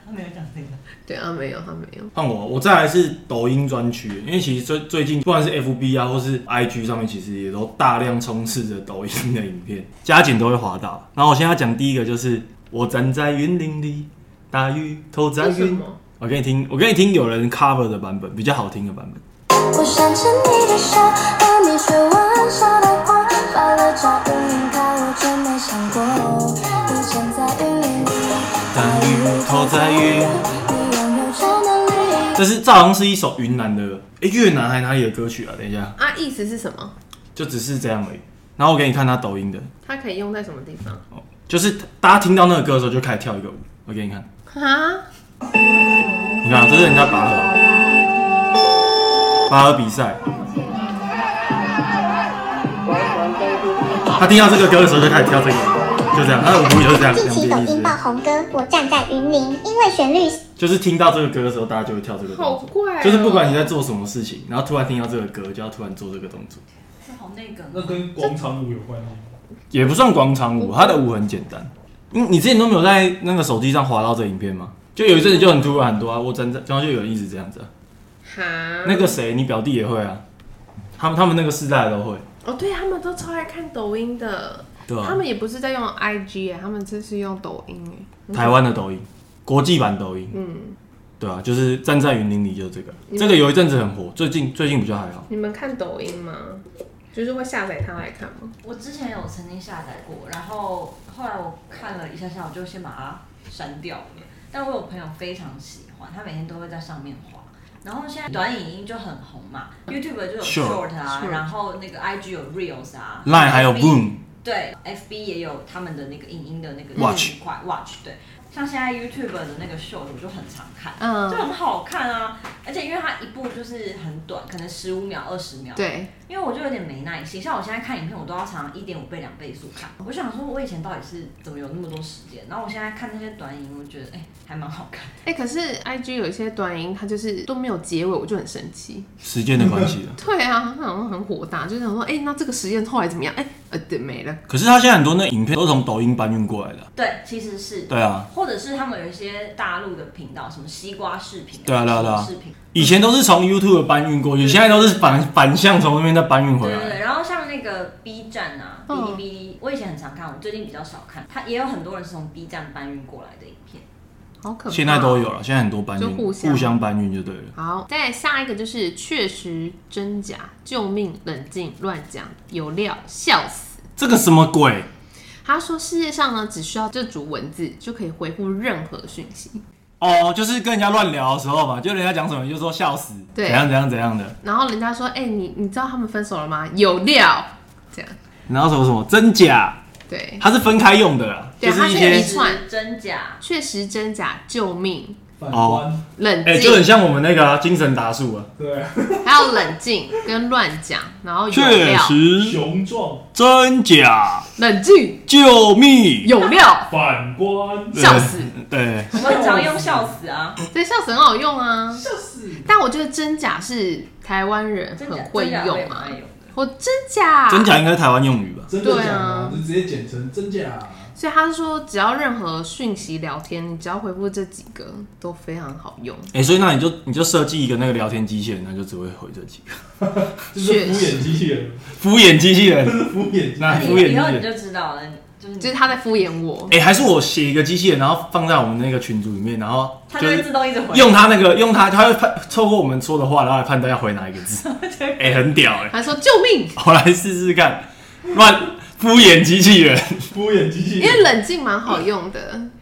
Speaker 3: 他没有讲这个，
Speaker 1: 对啊，没有，他没有。
Speaker 2: 换我，我再来是抖音专区，因为其实最最近不管是 FB 啊，或是 IG 上面，其实也都大量充斥着抖音的影片，加紧都会滑到。然后我现在讲第一个就是，我站在云林里，大雨投在
Speaker 1: 为什
Speaker 2: 云
Speaker 1: 么。
Speaker 2: 我给你听，我给你听有人 cover 的版本，比较好听的版本。
Speaker 10: 我想牵你的手，而你却微笑的话，发了张无影卡，我真没想过，你站在云里，
Speaker 2: 大雨投在云，
Speaker 10: 你拥有超能力。
Speaker 2: 这是这好像是一首云南的，诶，越南还哪里的歌曲啊？等一下，
Speaker 1: 啊，意思是什么？
Speaker 2: 就只是这样而已。然后我给你看他抖音的，
Speaker 1: 它可以用在什么地方？
Speaker 2: 就是大家听到那个歌的时候就开始跳一个舞。我给你看，
Speaker 1: 哈，
Speaker 2: 你看，这是人家拔河，拔河比赛。他听到这个歌的时候就开始跳这个舞，就这样，他的舞步就是这样，
Speaker 10: 近
Speaker 2: 两边
Speaker 10: 期抖
Speaker 2: 一直
Speaker 10: 音，爆红歌《我站在云林》，因为旋律
Speaker 2: 就是听到这个歌的时候，大家就会跳这个
Speaker 1: 好
Speaker 2: 动作，
Speaker 1: 怪、哦。
Speaker 2: 就是不管你在做什么事情，然后突然听到这个歌，就要突然做这个动作，
Speaker 3: 这好那个。
Speaker 4: 那跟广场舞有关系吗？
Speaker 2: 也不算广场舞，他的舞很简单。嗯，你之前都没有在那个手机上滑到这影片吗？就有一阵子就很突然很多啊，我真的，然后就有人一直这样子、啊。
Speaker 1: 哈，
Speaker 2: 那个谁，你表弟也会啊，他们他们那个世代都会，
Speaker 1: 哦，对他们都超爱看抖音的，
Speaker 2: 对啊
Speaker 1: 他们也不是在用 IG 哎、他们这是用抖音哎、
Speaker 2: 台湾的抖音，国际版抖音，
Speaker 1: 嗯，
Speaker 2: 对啊，就是站在云林里就这个，
Speaker 1: 嗯
Speaker 2: 这个有一阵子很火，最近最近比较还好。
Speaker 1: 你们看抖音吗？就是会下载它来看吗？
Speaker 3: 我之前有曾经下载过，然后后来我看了一下下，我就先把它删掉了。但我有朋友非常喜欢，他每天都会在上面滑。然后现在短影音就很红嘛，YouTube 就有
Speaker 2: Short
Speaker 3: Short 啊
Speaker 2: Short
Speaker 3: 然后那个 IG 有 Reels 啊
Speaker 2: Line 还有
Speaker 3: FB
Speaker 2: Boom
Speaker 3: 对，FB 也有他们的那个影音的那个
Speaker 2: Watch
Speaker 3: 块 Watch 对。像现在 YouTube 的那个 Short 我就很常看，
Speaker 1: 嗯
Speaker 3: 就很好看啊，而且因为它一部就是很短，可能十五秒、二十秒，
Speaker 1: 对，
Speaker 3: 因为我就有点没耐心，像我现在看影片，我都要常常一点五倍、两倍速看。我就想说，我以前到底是怎么有那么多时间？然后我现在看那些短影，我觉得哎、还蛮好看。
Speaker 1: 哎、可是 IG 有一些短音，它就是都没有结尾，我就很生气。
Speaker 2: 时间的关 系啊。
Speaker 1: 对啊，他好像很火大，就想说，哎、那这个实验后来怎么样？哎、呃，对，没了。
Speaker 2: 可是他现在很多那影片都是从抖音搬运过来的啊，
Speaker 3: 对，其实是
Speaker 2: 对啊，
Speaker 3: 或者是他们有一些大陆的频道，什么西瓜视频、
Speaker 2: 对啊对啊对啊
Speaker 3: 视频，
Speaker 2: 以前都是从 YouTube 搬运过去，现在都是反反向从那边再搬运回
Speaker 3: 对对
Speaker 2: 来。
Speaker 3: 对。然后像那个 B 站啊，
Speaker 1: 嗯
Speaker 3: 哔哩哔哩，我以前很常看，我最近比较少看。它也有很多人是从 B 站搬运过来的影片。
Speaker 1: 好可怕。
Speaker 2: 现在都有。了，现在很多搬
Speaker 1: 就
Speaker 2: 运，
Speaker 1: 互相
Speaker 2: 搬运就对了。
Speaker 1: 好，再来下一个就是确实真假，救命，冷静，乱讲，有料，笑死。
Speaker 2: 这个什么鬼？
Speaker 1: 他说世界上呢，只需要这组文字就可以回复任何讯息。
Speaker 2: 哦，就是跟人家乱聊的时候嘛，就人家讲什么你就说笑死，
Speaker 1: 对
Speaker 2: 怎样怎样怎样的，
Speaker 1: 然后人家说，哎、你你知道他们分手了吗？有料，这样。
Speaker 2: 然后什么什么真假，
Speaker 1: 对，
Speaker 2: 它是分开用的啦，
Speaker 1: 对
Speaker 2: 就是一
Speaker 1: 它是
Speaker 2: 些
Speaker 1: 一串
Speaker 3: 真假，
Speaker 1: 确实真假，救命，
Speaker 4: 反
Speaker 2: 哦
Speaker 4: 观，
Speaker 1: 冷
Speaker 2: 哎、
Speaker 1: 静，
Speaker 2: 就很像我们那个、啊、精神达数啊，
Speaker 4: 对，
Speaker 1: 还有冷静跟乱讲，然后有
Speaker 2: 确
Speaker 1: 料，
Speaker 2: 实
Speaker 4: 雄壮，
Speaker 2: 真假，
Speaker 1: 冷静
Speaker 2: 救 命，
Speaker 1: 有料，
Speaker 4: 反观
Speaker 1: 笑死。
Speaker 2: 对，
Speaker 3: 我很常用笑死啊，
Speaker 1: 对，笑死很好用啊。
Speaker 4: 笑死，
Speaker 1: 但我觉得真假是台湾人
Speaker 3: 真
Speaker 1: 很
Speaker 3: 假
Speaker 1: 会
Speaker 3: 真假我也
Speaker 1: 用
Speaker 3: 蛮
Speaker 1: 啊
Speaker 3: 爱。用的。
Speaker 1: 我真假，
Speaker 2: 真假应该是台湾用语吧？
Speaker 4: 真的
Speaker 1: 对
Speaker 4: 假
Speaker 1: 啊
Speaker 4: 的，就直接简称真假。
Speaker 1: 所以他是说，只要任何讯息聊天，你只要回复这几个都非常好用。
Speaker 2: 哎、所以那你就你就设计一个那个聊天机器人，那就只会回这 几个
Speaker 4: 就是敷衍机器人，
Speaker 2: 敷衍机器
Speaker 4: 就
Speaker 2: 人，
Speaker 4: 是敷衍机器人。
Speaker 2: 那
Speaker 3: 你
Speaker 2: 敷衍机
Speaker 3: 以后
Speaker 2: 器
Speaker 3: 你
Speaker 2: 人。
Speaker 3: 就知道了，就是你
Speaker 1: 就是他在敷衍我，
Speaker 2: 哎、还是我写一个机器人，然后放在我们那个群组里面，然后
Speaker 3: 它就
Speaker 2: 就
Speaker 3: 会
Speaker 2: 是
Speaker 3: 自动一直回。
Speaker 2: 用它那个用它，它会判透过我们说的话，然后来判断要回哪一个 字。哎、很屌哎、
Speaker 1: 他说救命，
Speaker 2: 我来试试看，乱敷衍机器人，
Speaker 4: 敷衍机器
Speaker 1: 因
Speaker 4: 人，
Speaker 1: 为冷静蛮好用的。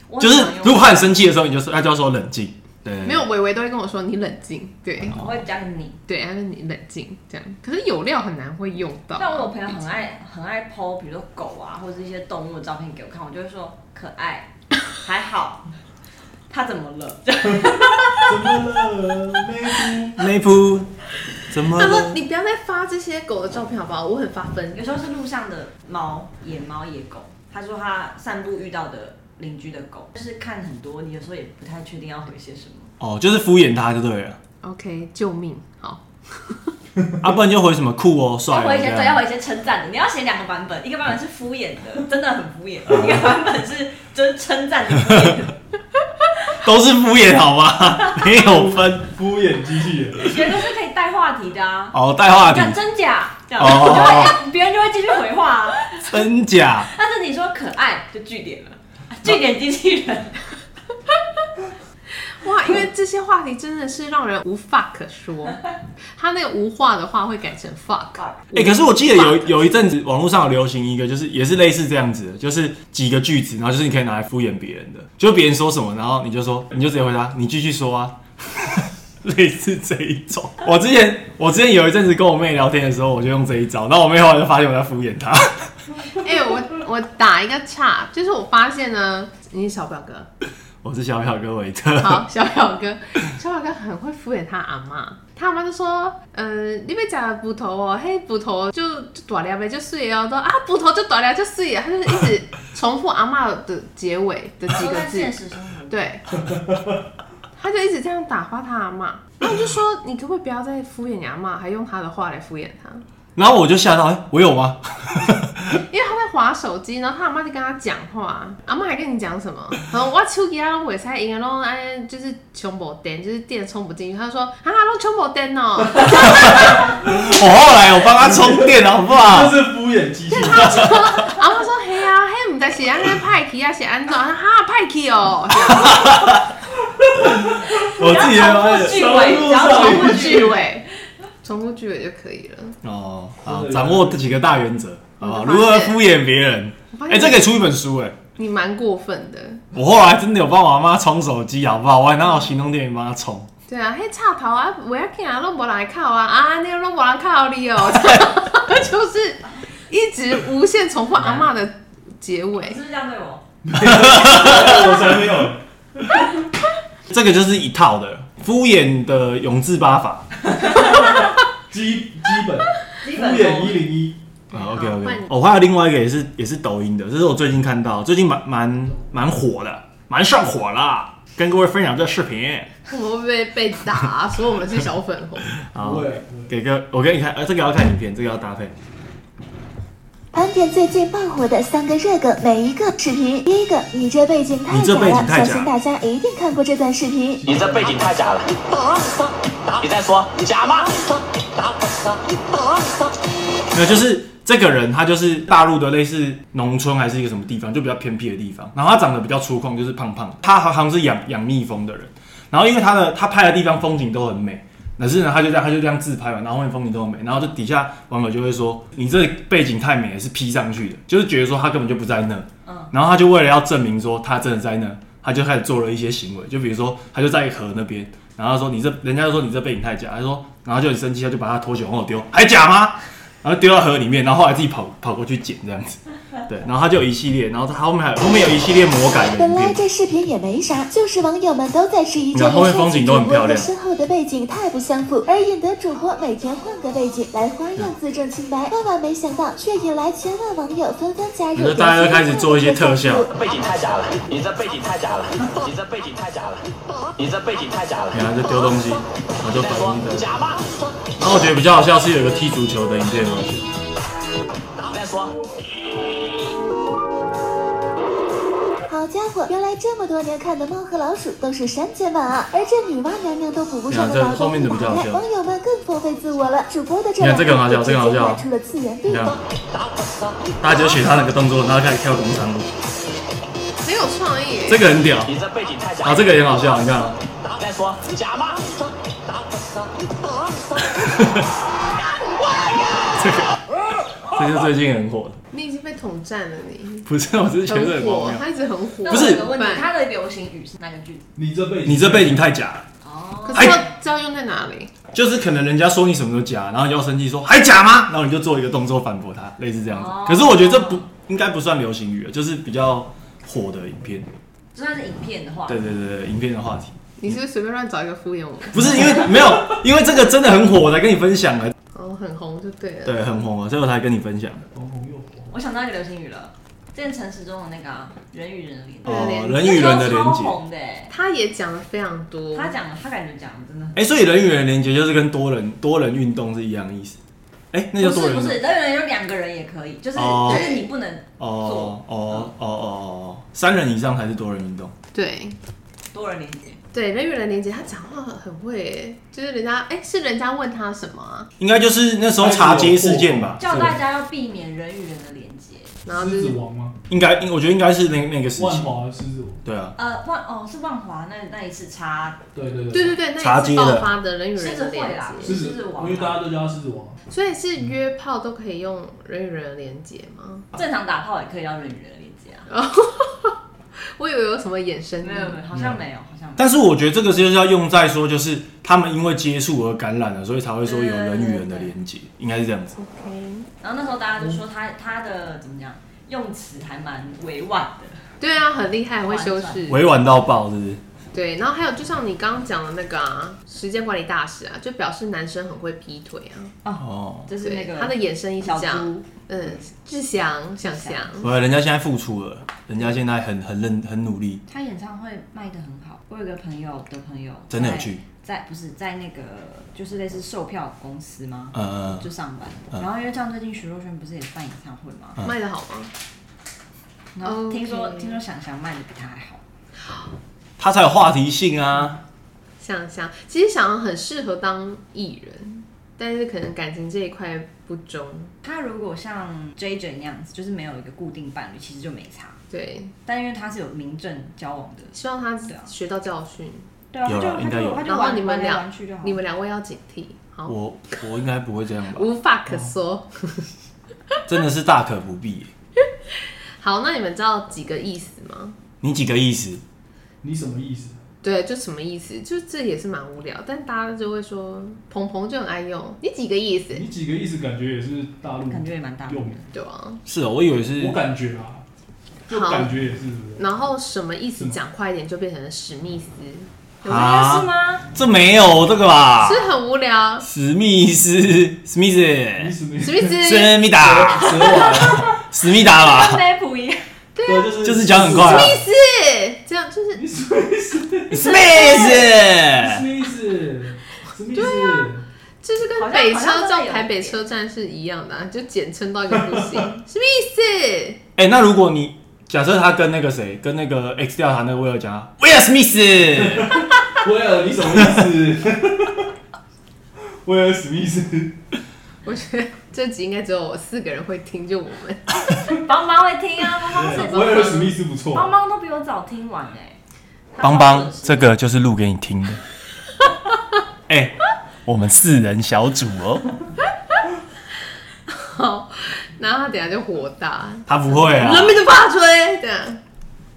Speaker 3: 我
Speaker 2: 就
Speaker 3: 很常
Speaker 2: 是
Speaker 3: 用
Speaker 2: 如果他很生气的时候，你就说他就要说冷静，对，
Speaker 1: 没有，伟伟都会跟我说你冷静，对
Speaker 3: 我会加个你。
Speaker 1: 对，他说你冷静这样。可是有料很难会用到啊。
Speaker 3: 但我有朋友很爱很爱 PO，比如说狗啊，或者是一些动物的照片给我看，我就会说可爱，还好，它怎么了？这样
Speaker 4: 怎么了？妹夫，
Speaker 2: 内部怎么
Speaker 1: 他说
Speaker 2: 了？
Speaker 1: 你不要再发这些狗的照片好不好？我很发疯。
Speaker 3: 有时候是路上的猫，野猫、野狗。他说他散步遇到的邻居的狗，就是看很多，你有时候也不太确定要回些什么。
Speaker 2: 哦，就是敷衍他就对了，
Speaker 1: OK，救命，好。
Speaker 2: 啊，不然就回什么酷哦、帅
Speaker 3: 要
Speaker 2: 哦
Speaker 3: 回一些
Speaker 2: 这
Speaker 3: 对，要
Speaker 2: 样。
Speaker 3: 回一些称赞的。你要写两个版本，一个版本是敷衍的，真的很敷衍；一个版本是就是称赞你敷衍的。
Speaker 2: 都是敷衍好 吗？没有分
Speaker 4: 敷衍机器人，
Speaker 3: 有一个是可以带话题的啊，
Speaker 2: 哦，带话题
Speaker 3: 讲真假这样，
Speaker 2: 哦
Speaker 3: 我就会别人就会继续回话啊。
Speaker 2: 真假，
Speaker 3: 但是你说可爱就据点了，据点机器人。
Speaker 1: 哇，因为这些话题真的是让人无话可说。他那个无话的话会改成 fuck，
Speaker 2: 哎、可是我记得有有一阵子网络上有流行一个，就是也是类似这样子的，就是几个句子，然后就是你可以拿来敷衍别人的，就别人说什么，然后你就说，你就直接回答，你继续说啊， 类似这一种。我之前我之前有一阵子跟我妹聊天的时候，我就用这一招，然后我妹后来就发现我在敷衍她。
Speaker 1: 哎、我我打一个岔，就是我发现呢，你是小表哥，
Speaker 2: 我是小表哥维 特，
Speaker 1: 好，小表哥，小表哥很会敷衍他阿妈，他阿妈就说，嗯、你别讲捕头哦，嘿，捕头就就短聊呗，就碎哦，说啊，捕头就短聊就碎，他就一直重复阿妈的结尾的几
Speaker 3: 都
Speaker 1: 个
Speaker 3: 在
Speaker 1: 字
Speaker 3: 现，实生活。
Speaker 1: 对，他就一直这样打发他阿妈。那我就说，你可不可以不要再敷衍你阿妈，还用他的话来敷衍他？
Speaker 2: 然后我就吓到，哎、我有吗？
Speaker 1: 因为他在划手机，然后他阿妈就跟他讲话，阿妈还跟你讲什么？然后我手机啊都袂使用，拢哎就是充不电，就是电充不进去。他说啊，拢充不电哦，
Speaker 2: 我后来有帮他充电，好不 好？
Speaker 4: 这是敷衍机器。
Speaker 1: 阿妈说嘿啊，嘿毋知是安尼派去啊，是安怎？哈派去哦，
Speaker 2: 我自己也发
Speaker 3: 重复
Speaker 2: 现
Speaker 3: 句尾，只要重复句尾，
Speaker 1: 重复句尾就可以了。
Speaker 2: 哦，
Speaker 4: 真
Speaker 2: 好，
Speaker 4: 的
Speaker 2: 掌握这几个大原则，好不好？
Speaker 1: 我发
Speaker 2: 如
Speaker 1: 现
Speaker 2: 何敷衍别人？
Speaker 1: 发现
Speaker 2: 哎，这可以出一本书哎。
Speaker 1: 你蛮过分的，
Speaker 2: 我后来真的有帮我妈充手机，好不好？我还拿我行动电源帮她充。
Speaker 1: 对啊，嘿插头啊，袂要紧啊，拢无人来靠啊，啊你拢无人靠你哦， 就是一直无限重复阿妈的结尾
Speaker 3: 你。是不是这样对我？
Speaker 4: 我才没有。
Speaker 2: 这个就是一套的敷衍的永字八法。
Speaker 4: 基基本
Speaker 3: 基
Speaker 4: 敷衍一零一，
Speaker 2: 啊，OK
Speaker 1: 好换
Speaker 2: OK
Speaker 1: 你。
Speaker 2: 哦，我还有另外一个也是也是抖音的，这是我最近看到，最近蛮蛮蛮火的，蛮上火啦。跟各位分享这视频，
Speaker 1: 我们会不会被打、说我们是小粉 红？
Speaker 2: 好
Speaker 4: 不会，
Speaker 2: 给个我给你看，呃，这个要看影片，这个要搭配。
Speaker 10: 盘点最近爆火的三个热梗，每一个视频。第一个，你这背景太
Speaker 2: 你这
Speaker 10: 假
Speaker 2: 背景
Speaker 10: 了，
Speaker 2: 太
Speaker 10: 相
Speaker 2: 假
Speaker 10: 信大家一定看过这段视频。
Speaker 7: 你这背景太假了，你再说假吗？
Speaker 2: 没有，就是这个人他就是大陆的类似农村还是一个什么地方，就比较偏僻的地方。然后他长得比较粗犷，就是胖胖的。他好像是养养蜜蜂的人。然后因为他的他拍的地方风景都很美，可是呢他就这样他就这样自拍嘛，然后后面风景都很美，然后就底下网友就会说你这背景太美了，是 P 上去的，就是觉得说他根本就不在那。然后他就为了要证明说他真的在那，他就开始做了一些行为，就比如说他就在河那边，然后他说你这人家就说你这背影太假，他说然后就很生气，他就把他拖鞋往后丢，还假吗？然后丢到河里面，然后后来自己跑跑过去捡这样子，对，然后他就有一系列，然后他后面还有后面有一系列魔改的
Speaker 10: 本
Speaker 2: 影
Speaker 10: 来
Speaker 2: 片，
Speaker 10: 这视频也没啥，就是网友们都在质疑这
Speaker 2: 然后
Speaker 10: 位
Speaker 2: 后面风景都很漂亮
Speaker 10: 身后的背景太不相符，而引得主播每天换个背景来花样自证清白。万万没想到，却引来千万网友纷纷加
Speaker 2: 你说
Speaker 10: 入。
Speaker 2: 大家都开始做一些特效
Speaker 7: 背景太假了，你这背景太假了，你这背景太假了，你这背景太假了。
Speaker 2: 然后就丢东西，然后就
Speaker 7: 你
Speaker 2: 反
Speaker 7: 再
Speaker 2: 应
Speaker 7: 说
Speaker 2: 的。
Speaker 7: 假吗？
Speaker 2: 然后我觉得比较好笑是有一个踢足球的影片，哦我觉得
Speaker 7: 你再说
Speaker 10: 好家伙，原来这么多年看的《猫和老鼠》都是删减版啊，而这女娲娘娘都补不上
Speaker 2: 你
Speaker 10: 的
Speaker 2: 看
Speaker 10: 脑
Speaker 2: 这后
Speaker 10: 袋
Speaker 2: 面
Speaker 10: 一
Speaker 2: 的比较
Speaker 10: 打
Speaker 2: 好笑
Speaker 10: 开，哎网友们更放飞自我了。主播的这
Speaker 2: 你看这个很好笑
Speaker 10: 两
Speaker 2: 这个很好笑
Speaker 10: 已经打出了次元
Speaker 2: 你
Speaker 10: 对
Speaker 2: 看，大家就学他那个动作，然后开始跳广场舞，
Speaker 1: 很有创意耶，
Speaker 2: 这个很屌。
Speaker 7: 你这背景太假
Speaker 2: 啊，
Speaker 7: 了，
Speaker 2: 这个也很好笑，你看啊，
Speaker 7: 你再说假吗？
Speaker 2: 这个，这就是最近很火的。
Speaker 1: 你已经被统战了你，
Speaker 2: 不是，我只是觉得这
Speaker 1: 很
Speaker 2: 很荒
Speaker 1: 火
Speaker 2: 谬，。
Speaker 1: 他一直很火，
Speaker 3: 那
Speaker 2: 不
Speaker 3: 我
Speaker 2: 是
Speaker 3: 有个问题，
Speaker 1: 办
Speaker 3: 它的流行语是哪个句子？
Speaker 4: 你这背景，
Speaker 2: 你这背景太假了，哎
Speaker 3: 哦，
Speaker 1: 可是要知道用在哪里。
Speaker 2: 就是可能人家说你什么都假，然后你就要生气说还假吗？然后你就做一个动作反驳他，类似这样子
Speaker 3: 哦。
Speaker 2: 可是我觉得这不应该不算流行语了，就是比较火的影片。
Speaker 3: 就算是影片的话，
Speaker 2: 对对对，对影片的话题。
Speaker 1: 你是不是随便乱找一个敷衍我？
Speaker 2: 不是因为没有，因为这个真的很火，我才跟你分享的。
Speaker 1: 哦，很红就对了。
Speaker 2: 对，很红啊，所以我才跟你分享的。
Speaker 4: 红红又红，
Speaker 3: 我想到一个流行语了，之前陈时中的那个啊人与人的连接，
Speaker 2: 哦，人与人的
Speaker 3: 那时
Speaker 2: 连
Speaker 3: 候超
Speaker 2: 接。
Speaker 3: 红的欸，
Speaker 1: 他也讲了非常多，
Speaker 3: 他讲了，他感觉讲的真的很。
Speaker 2: 哎、所以人与人连接就是跟多人多人运动是一样的意思。哎、那叫
Speaker 3: 不
Speaker 2: 多
Speaker 3: 是
Speaker 2: 人
Speaker 3: 不
Speaker 2: 运动
Speaker 3: 是，人与人有两个人也可以，就是
Speaker 2: 哦
Speaker 3: 就是你不能
Speaker 2: 哦哦哦哦哦，三人以上才是多人运动。
Speaker 1: 对
Speaker 3: 多人连接。
Speaker 1: 对，人与人连接，他讲话很会耶，就是人家哎、是人家问他什么啊，
Speaker 2: 应该就是那时候茶街事件吧？
Speaker 3: 叫大家要避免人与人的连接。
Speaker 1: 然后就
Speaker 4: 狮子
Speaker 1: 是
Speaker 4: 王吗？
Speaker 2: 应该，我觉得应该是那那个时
Speaker 4: 万
Speaker 2: 期。
Speaker 4: 华的狮子王，
Speaker 2: 对啊，
Speaker 3: 呃，万哦是万华那那一次差
Speaker 4: 对对
Speaker 1: 对对
Speaker 4: 对，
Speaker 1: 对，那
Speaker 2: 茶
Speaker 1: 一次
Speaker 2: 街
Speaker 1: 爆
Speaker 2: 的
Speaker 1: 发的人与人
Speaker 3: 狮
Speaker 1: 的
Speaker 3: 子会
Speaker 1: 连
Speaker 3: 啦，
Speaker 1: 接，
Speaker 4: 狮
Speaker 3: 狮子
Speaker 4: 子
Speaker 3: 王
Speaker 4: 因为大
Speaker 3: 啊，
Speaker 4: 家都叫他狮子王，
Speaker 1: 所以是约炮都可以用人与人的连接吗？
Speaker 3: 正常打炮也可以要人与人的连接啊。
Speaker 1: 我以为有什么衍
Speaker 2: 嗯
Speaker 1: 生
Speaker 3: 没有没
Speaker 1: 意，
Speaker 3: 有，好像没有，好像没有。
Speaker 2: 但是我觉得这个就是要用在说，就是他们因为接触而感染了，所以才会说有人与人的连接，应该是这样子。
Speaker 3: 然后那时候大家就说他他的怎么讲，用词还蛮委婉的。
Speaker 1: 对啊，很厉害，很会修饰。
Speaker 2: 委婉到爆，是不是？
Speaker 1: 对，然后还有就像你刚刚讲的那个啊，时间管理大师啊，就表示男生很会劈腿啊。
Speaker 2: 哦，
Speaker 3: 就是那个
Speaker 1: 对他的衍生意是
Speaker 3: 小
Speaker 1: 这样
Speaker 3: 猪，
Speaker 1: 嗯，志祥、想祥，
Speaker 2: 呃，人家现在付出了，人家现在很很认很努力，
Speaker 3: 他演唱会卖的很好，我有个朋友的朋友
Speaker 2: 真的有
Speaker 3: 在
Speaker 2: 去，
Speaker 3: 在不是在那个就是类似售票公司吗？
Speaker 2: 嗯嗯
Speaker 3: 就上班。
Speaker 2: 嗯
Speaker 3: 然后因为像最近徐若瑄不是也办演唱会吗？
Speaker 1: 卖的好吗？
Speaker 3: 然后听说
Speaker 1: OK
Speaker 3: 听说想想卖的比他还好，
Speaker 2: 他才有话题性啊。
Speaker 1: 想想，其实想很适合当艺人，但是可能感情这一块不忠。
Speaker 3: 他如果像 J J 那样子，就是没有一个固定伴侣，其实就没差。
Speaker 1: 对，
Speaker 3: 但因为他是有民政交往的，
Speaker 1: 希望他
Speaker 3: 对啊
Speaker 1: 学到教训。
Speaker 3: 对啊，他
Speaker 2: 有
Speaker 3: 就
Speaker 2: 啦应
Speaker 3: 他
Speaker 2: 该
Speaker 3: 就
Speaker 2: 有
Speaker 3: 他就
Speaker 1: 然后
Speaker 3: 玩
Speaker 1: 你们
Speaker 3: 玩来
Speaker 1: 两
Speaker 3: 玩去就好。
Speaker 1: 你们两位要警惕，好，
Speaker 2: 我我应该不会这样吧？
Speaker 1: 无话可说。
Speaker 2: 真的是大可不必耶。
Speaker 1: 好，那你们知道几个意思吗？
Speaker 2: 你几个意思？
Speaker 4: 你什么意思？
Speaker 1: 对，就什么意思？就这也是蛮无聊，但大家就会说，鹏鹏就很爱用，你几个意思？
Speaker 2: 嗯
Speaker 4: 你几个意思？感觉也是大陆
Speaker 3: 感觉也蛮大陆
Speaker 4: 用
Speaker 3: 的，
Speaker 1: 对啊，
Speaker 2: 是哦，我以为
Speaker 4: 我
Speaker 2: 是
Speaker 4: 感觉啊，就
Speaker 1: 好
Speaker 4: 感觉也是，对不对
Speaker 1: 然后什么意思讲快一点就变成了史密斯，
Speaker 3: 有这
Speaker 2: 啊
Speaker 3: 件事吗？
Speaker 2: 这没有这个吧
Speaker 1: 是？不是很无聊？
Speaker 2: 史密斯，史密斯，
Speaker 4: 你什么意
Speaker 1: 史
Speaker 4: 思？
Speaker 1: 密 斯，
Speaker 2: 史密达，
Speaker 4: 蛇王，
Speaker 2: 史密达吧，
Speaker 3: 跟梅普 一样，
Speaker 4: 对，就是
Speaker 2: 就是讲很快啊。
Speaker 1: 是这样，就是
Speaker 4: 你什么意思？
Speaker 2: 史密斯，
Speaker 4: 什么意思？什么意思？
Speaker 3: 啊
Speaker 1: 就是
Speaker 3: 好
Speaker 1: 跟
Speaker 3: 像
Speaker 1: 北
Speaker 3: 好像
Speaker 1: 车
Speaker 3: 真的
Speaker 1: 站、
Speaker 3: 有
Speaker 1: 台北
Speaker 3: 一点
Speaker 1: 车站是一样的、啊，就简称到一个不行，什么意思？
Speaker 2: 哎，那如果你假设他跟那个谁，跟那个 X 调查那个威尔讲，威尔史密斯，
Speaker 4: 威尔，你什么意 思？威尔史密斯，
Speaker 1: 我觉得这集应该只有我四个人会听，就我们。
Speaker 3: 邦邦会听啊，邦邦
Speaker 1: 对
Speaker 4: 威尔史密斯不错，
Speaker 3: 邦邦都比我早听完哎。
Speaker 2: 邦邦，这个就是录给你听的。 哎，我们四人小组哦，
Speaker 1: 好，然后他等一下就火大，
Speaker 2: 他不会啊，
Speaker 1: 人民的发吹，这样。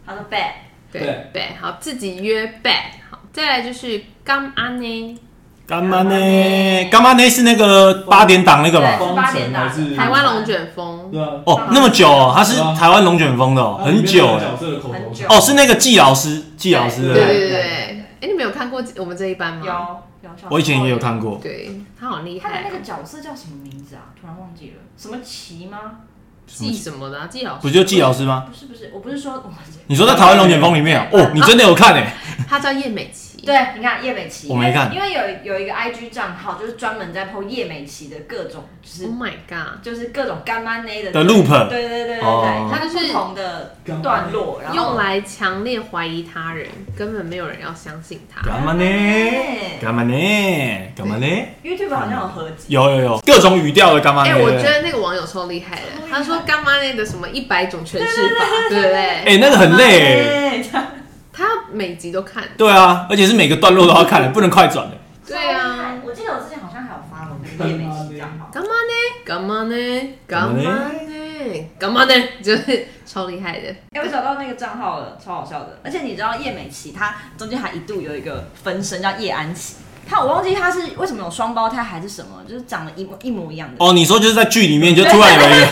Speaker 3: 他说 bad，
Speaker 1: 对
Speaker 4: 对
Speaker 1: 对，好，自己约 b 好，再来就是干安呢，
Speaker 2: 干妈呢？干妈呢是那个八点档那个吧？
Speaker 3: 对是八点啊档
Speaker 4: 方程还是
Speaker 1: 台湾龙卷风，
Speaker 4: 对啊，
Speaker 2: 哦，那么久、哦，他是
Speaker 4: 对啊
Speaker 2: 台湾龙卷风的、哦，
Speaker 4: 它啊里
Speaker 2: 很
Speaker 4: 面
Speaker 2: 久哎
Speaker 4: 那个角。色的口头
Speaker 3: 很久
Speaker 4: 禅，
Speaker 2: 哦，是那个季老师，季老师
Speaker 1: 对
Speaker 2: 对
Speaker 1: 对
Speaker 2: 不对
Speaker 1: 对对。
Speaker 3: 对
Speaker 1: 哎，你们有看过我们这一班
Speaker 3: 有
Speaker 1: 吗？
Speaker 3: 有。小时候
Speaker 2: 我以前也有。看过，
Speaker 1: 对他好厉
Speaker 3: 他的
Speaker 1: 害
Speaker 3: 那个
Speaker 1: 哦，
Speaker 3: 角色叫什么名字啊？突然忘记了，什么奇吗？
Speaker 1: 季什么的啊，季老师
Speaker 2: 不就季老师吗？
Speaker 3: 不是不是，我不是说我 们
Speaker 2: 你说在台湾龙卷风里面哦，哦你真的有看哎？
Speaker 1: 他叫叶美琪，
Speaker 3: 对，你看叶美琪，
Speaker 2: 我没看
Speaker 3: 因为因为有有一个 IG 账号，就是专门在 PO 叶美琪的各种，就是、
Speaker 1: ，Oh my god，
Speaker 3: 就是各种干妈内的
Speaker 2: 的 loop
Speaker 3: 对对对对对，
Speaker 2: 哦
Speaker 3: 它就是不同的段落，然后
Speaker 1: 用来强烈怀疑他人，根本没有人要相信他。
Speaker 2: 干嘛呢？干嘛呢？干嘛呢？
Speaker 3: YouTube 好像有合集，
Speaker 2: 有有有，各种语调的干嘛
Speaker 1: 哎、
Speaker 2: 呢？
Speaker 1: 我觉得那个网友超厉害的，他说干妈内的什么一百种诠释法，对不对？
Speaker 2: 哎，那个很累哎。
Speaker 3: 对，这样
Speaker 1: 他每集都看，
Speaker 2: 对啊，而且是每个段落都要看的，不能快转的。
Speaker 1: 对啊，，
Speaker 3: 我记得我之前好像还有发过那个叶美琪账号，
Speaker 1: 干嘛呢？干嘛呢？干嘛呢？干嘛呢？就是超厉害的，
Speaker 3: 哎、我找到那个账号了，超好笑的。而且你知道叶美琪，她中间还一度有一个分身叫叶安琪，她我忘记她是为什么有双胞胎还是什么，就是长得一模一模一样的。
Speaker 2: 哦，你说就是在剧里面就突然有 一个，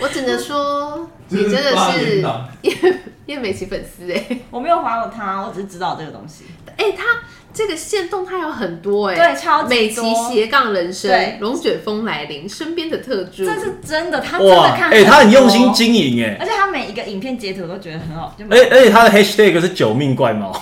Speaker 1: 我只能 说
Speaker 4: 就
Speaker 1: 你真的
Speaker 4: 八点
Speaker 1: 是
Speaker 4: 档，
Speaker 1: 叶叶美琪粉丝哎、
Speaker 3: 我没有划过他，我只是知道这个东西。
Speaker 1: 哎、他这个线动他有很多哎、
Speaker 3: 对，超级
Speaker 1: 美琪
Speaker 3: 多
Speaker 1: 斜杠人生
Speaker 3: 对，
Speaker 1: 龙卷风来临，身边的特助，
Speaker 3: 这是真的，他真的看，
Speaker 2: 哎，他很用心，哎经营哎。
Speaker 3: 而且他每一个影片截图都觉得很好，就
Speaker 2: 而而且他的 hashtag 是九命怪猫，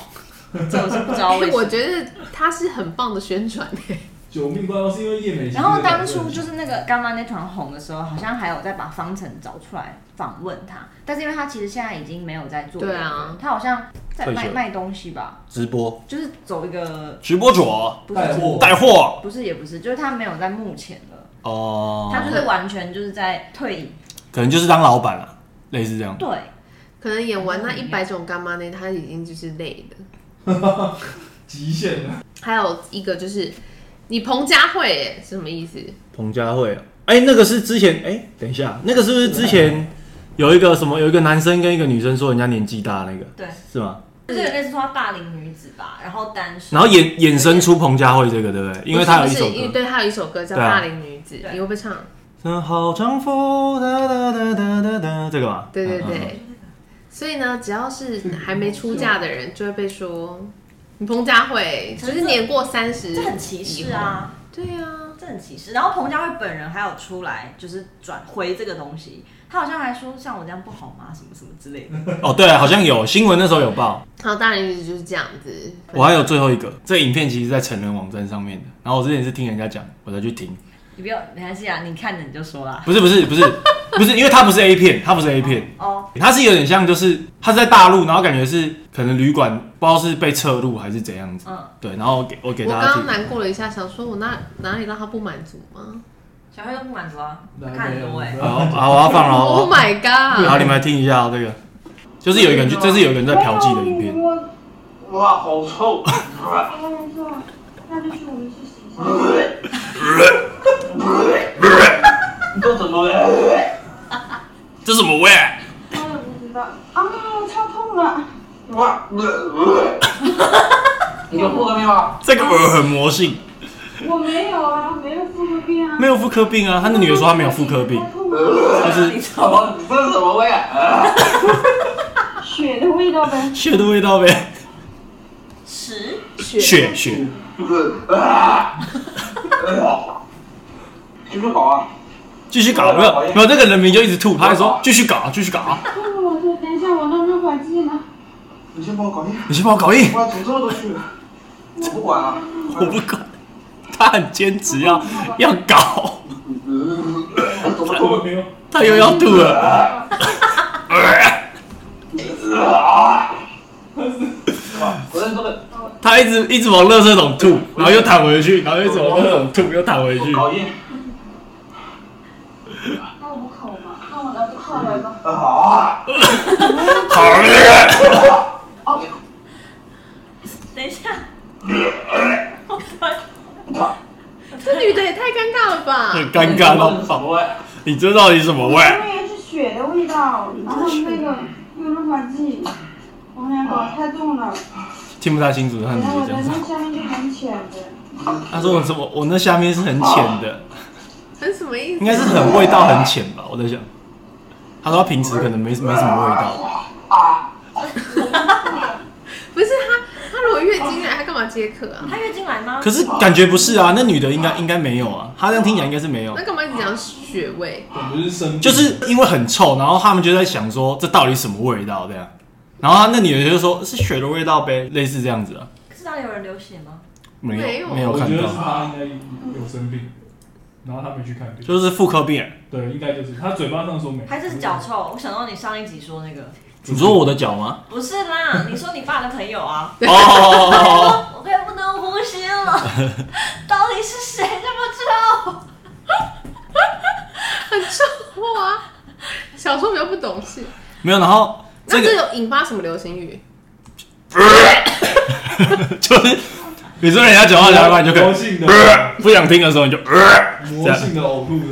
Speaker 3: 这我是不知道为
Speaker 1: 哎
Speaker 3: 什
Speaker 1: 我
Speaker 3: 么。
Speaker 1: 觉得他是很棒的宣传、欸，
Speaker 4: 九命怪猫是因为叶美琪这
Speaker 3: 然
Speaker 4: 个角色
Speaker 3: 后
Speaker 4: 很像。
Speaker 3: 当初就是那个干妈那团红的时候，好像还有在把方程找出来访问他，但是因为他其实现在已经没有在做，
Speaker 1: 对啊，
Speaker 3: 他好像在
Speaker 2: 退
Speaker 3: 卖
Speaker 2: 休
Speaker 3: 卖东西吧，
Speaker 2: 直播
Speaker 3: 就是走一个
Speaker 2: 直播主
Speaker 3: 不是
Speaker 4: 带货
Speaker 2: 带货
Speaker 3: 不是也不是，就是他没有在幕前了，
Speaker 2: 哦，
Speaker 3: 他就是完全就是在退隐，
Speaker 2: 可能就是当老板了，类似这样。
Speaker 3: 对，
Speaker 1: 可能演完那一百种干妈呢，他已经就是累了。
Speaker 4: 极限了，
Speaker 1: 还有一个就是你彭佳慧、欸，是什么意思？
Speaker 2: 彭佳慧啊，哎、那个是之前哎、等一下，那个是不是之前有一个什么，有一个男生跟一个女生说人家年纪大那个，
Speaker 3: 对
Speaker 2: 是吗？
Speaker 3: 就是有类似说他霸凌女子吧，然后单身，
Speaker 2: 然后衍衍生出彭佳慧这个，对不对？因为她有一首
Speaker 1: 不是不是因为
Speaker 2: 歌，
Speaker 1: 对，他有一首歌叫《
Speaker 2: 对啊
Speaker 1: 大龄女子》
Speaker 3: 对
Speaker 1: 你会不会唱？
Speaker 2: 嗯，好丈夫，哒哒哒哒哒哒哒，这个嘛，
Speaker 1: 对对
Speaker 2: 嗯嗯嗯
Speaker 1: 对，所以呢，只要是还没出嫁的人，就会被说你彭佳慧，就是年过三十，
Speaker 3: 这很歧视啊！
Speaker 1: 对啊，
Speaker 3: 这很歧视。然后彭佳慧本人还有出来就是转回这个东西，他好像还说像我这样不好吗？什么什么之类的。
Speaker 2: 哦，对啊，好像有新闻那时候有报。
Speaker 1: 好，大人意思就是这样子。
Speaker 2: 我还有最后一个，这影片其实在成人网站上面的，然后我之前是听人家讲，我才去听。
Speaker 3: 你不要，没关系啊，你看着你就说啦。
Speaker 2: 不是不是不是 不是，因为它不是 A 片，它不是 A 片，
Speaker 3: 哦，
Speaker 2: 它是有点像就是它是在大陆，然后感觉是可能旅馆不知道是被撤入还是怎样子。
Speaker 3: 嗯，
Speaker 2: 对，然后我给我给
Speaker 1: 我
Speaker 2: 大
Speaker 1: 刚
Speaker 2: 家
Speaker 1: 刚
Speaker 2: 听，
Speaker 1: 难过了一下，想说我哪哪里让他不满足吗
Speaker 3: 小黑都不满足 啊，看很多哎。
Speaker 2: 好好，我要放 了
Speaker 1: ？Oh
Speaker 2: 哦。
Speaker 1: my
Speaker 2: 然
Speaker 1: god！
Speaker 2: 后你们来听一下哦这个，就是有一个人就，这是有一个人在嫖妓的影片。
Speaker 10: 哦
Speaker 7: 哇，好臭！
Speaker 10: 那就是我们去洗澡。
Speaker 7: 这怎么了？
Speaker 2: 这什么味？
Speaker 10: 我也不知道。啊，超痛了！
Speaker 7: 哇！有妇科病吗？
Speaker 2: 这个呃很魔性，
Speaker 10: 我没有啊，没有妇科病啊。
Speaker 2: 没有妇科病啊。他的女儿说他没有妇科病，
Speaker 10: 痛吗？
Speaker 2: 就是
Speaker 7: 什么？这是什么味啊？
Speaker 10: 血的味道呗。
Speaker 2: 血的味道呗，
Speaker 3: 十
Speaker 2: 血血。
Speaker 7: 继续搞啊！
Speaker 2: 继续搞，没有没有，这个人名就一直吐，他还说继续搞，继续搞，
Speaker 10: 痛！我说等一下，我弄润滑剂呢。
Speaker 7: 你先帮我搞定，
Speaker 2: 你先帮我搞硬，
Speaker 7: 我要从这么多去，我不管啊！
Speaker 2: 我不管。他很坚持要要搞，
Speaker 7: 怎么
Speaker 4: 我没有，
Speaker 2: 他又要吐了。
Speaker 7: 我在这个
Speaker 2: 他一直一直往垃圾桶吐，然后又躺回去，然后又一直往垃圾桶吐，又躺回去。
Speaker 7: 搞定。
Speaker 10: 那我不口吗？那啊我拿不靠来吧。
Speaker 7: 啊！
Speaker 2: 好嘞，
Speaker 3: 等一下，我突然
Speaker 1: 这女的也太尴尬了吧！
Speaker 2: 很尴尬到
Speaker 7: 什
Speaker 2: 爆。
Speaker 7: 么味？
Speaker 2: 你这到底什么味？
Speaker 10: 那个是血的味道，然后那个用润滑剂，我们俩搞太重了，
Speaker 2: 听不太清楚他
Speaker 10: 然
Speaker 2: 自
Speaker 10: 后我
Speaker 2: 己
Speaker 10: 的
Speaker 2: 讲什
Speaker 10: 那
Speaker 2: 么。
Speaker 10: 下面就很浅的，
Speaker 2: 他说我什么？我那下面是很浅的，
Speaker 1: 很什么意思？
Speaker 2: 应该是很味道很浅吧？我在想。他说他平时可能没没什么味道，
Speaker 1: 不是她，她如果月经来，她干嘛接客啊？
Speaker 3: 他月经来吗？
Speaker 2: 可是感觉不是啊。那女的应该应该没有啊，他这样听起来应该是没有
Speaker 1: 那。干嘛一直讲血味？
Speaker 4: 感觉是生病
Speaker 2: 就是因为很臭，然后他们就在想说这到底什么味道这样，然后他那女的就说是血的味道呗，类似这样子啊，
Speaker 3: 是哪里有人流血吗？
Speaker 2: 没
Speaker 1: 没
Speaker 2: 有
Speaker 1: 有
Speaker 2: 没有
Speaker 4: 我
Speaker 2: 看
Speaker 4: 觉得是
Speaker 2: 到，
Speaker 4: 他应该有生病，然后他没去看病。
Speaker 2: 就是妇科病。
Speaker 4: 对，应该就是他嘴巴上说没，
Speaker 3: 还是脚臭？我想到你上一集说那个，
Speaker 2: 你说我的脚 吗？
Speaker 3: 不是啦，你说你爸的朋友啊，
Speaker 2: 哦，
Speaker 3: 我快不能呼吸 了，到底是谁这么臭？
Speaker 1: 很臭啊！小时候比较不懂事，
Speaker 2: 没有，然后这
Speaker 1: 那
Speaker 2: 个
Speaker 1: 这有引发什么流行语？
Speaker 2: 就是你说人家讲话讲一半你就可
Speaker 4: 魔
Speaker 2: 以
Speaker 4: 性的
Speaker 2: 不想听的时候你就
Speaker 4: 魔性的呕吐的，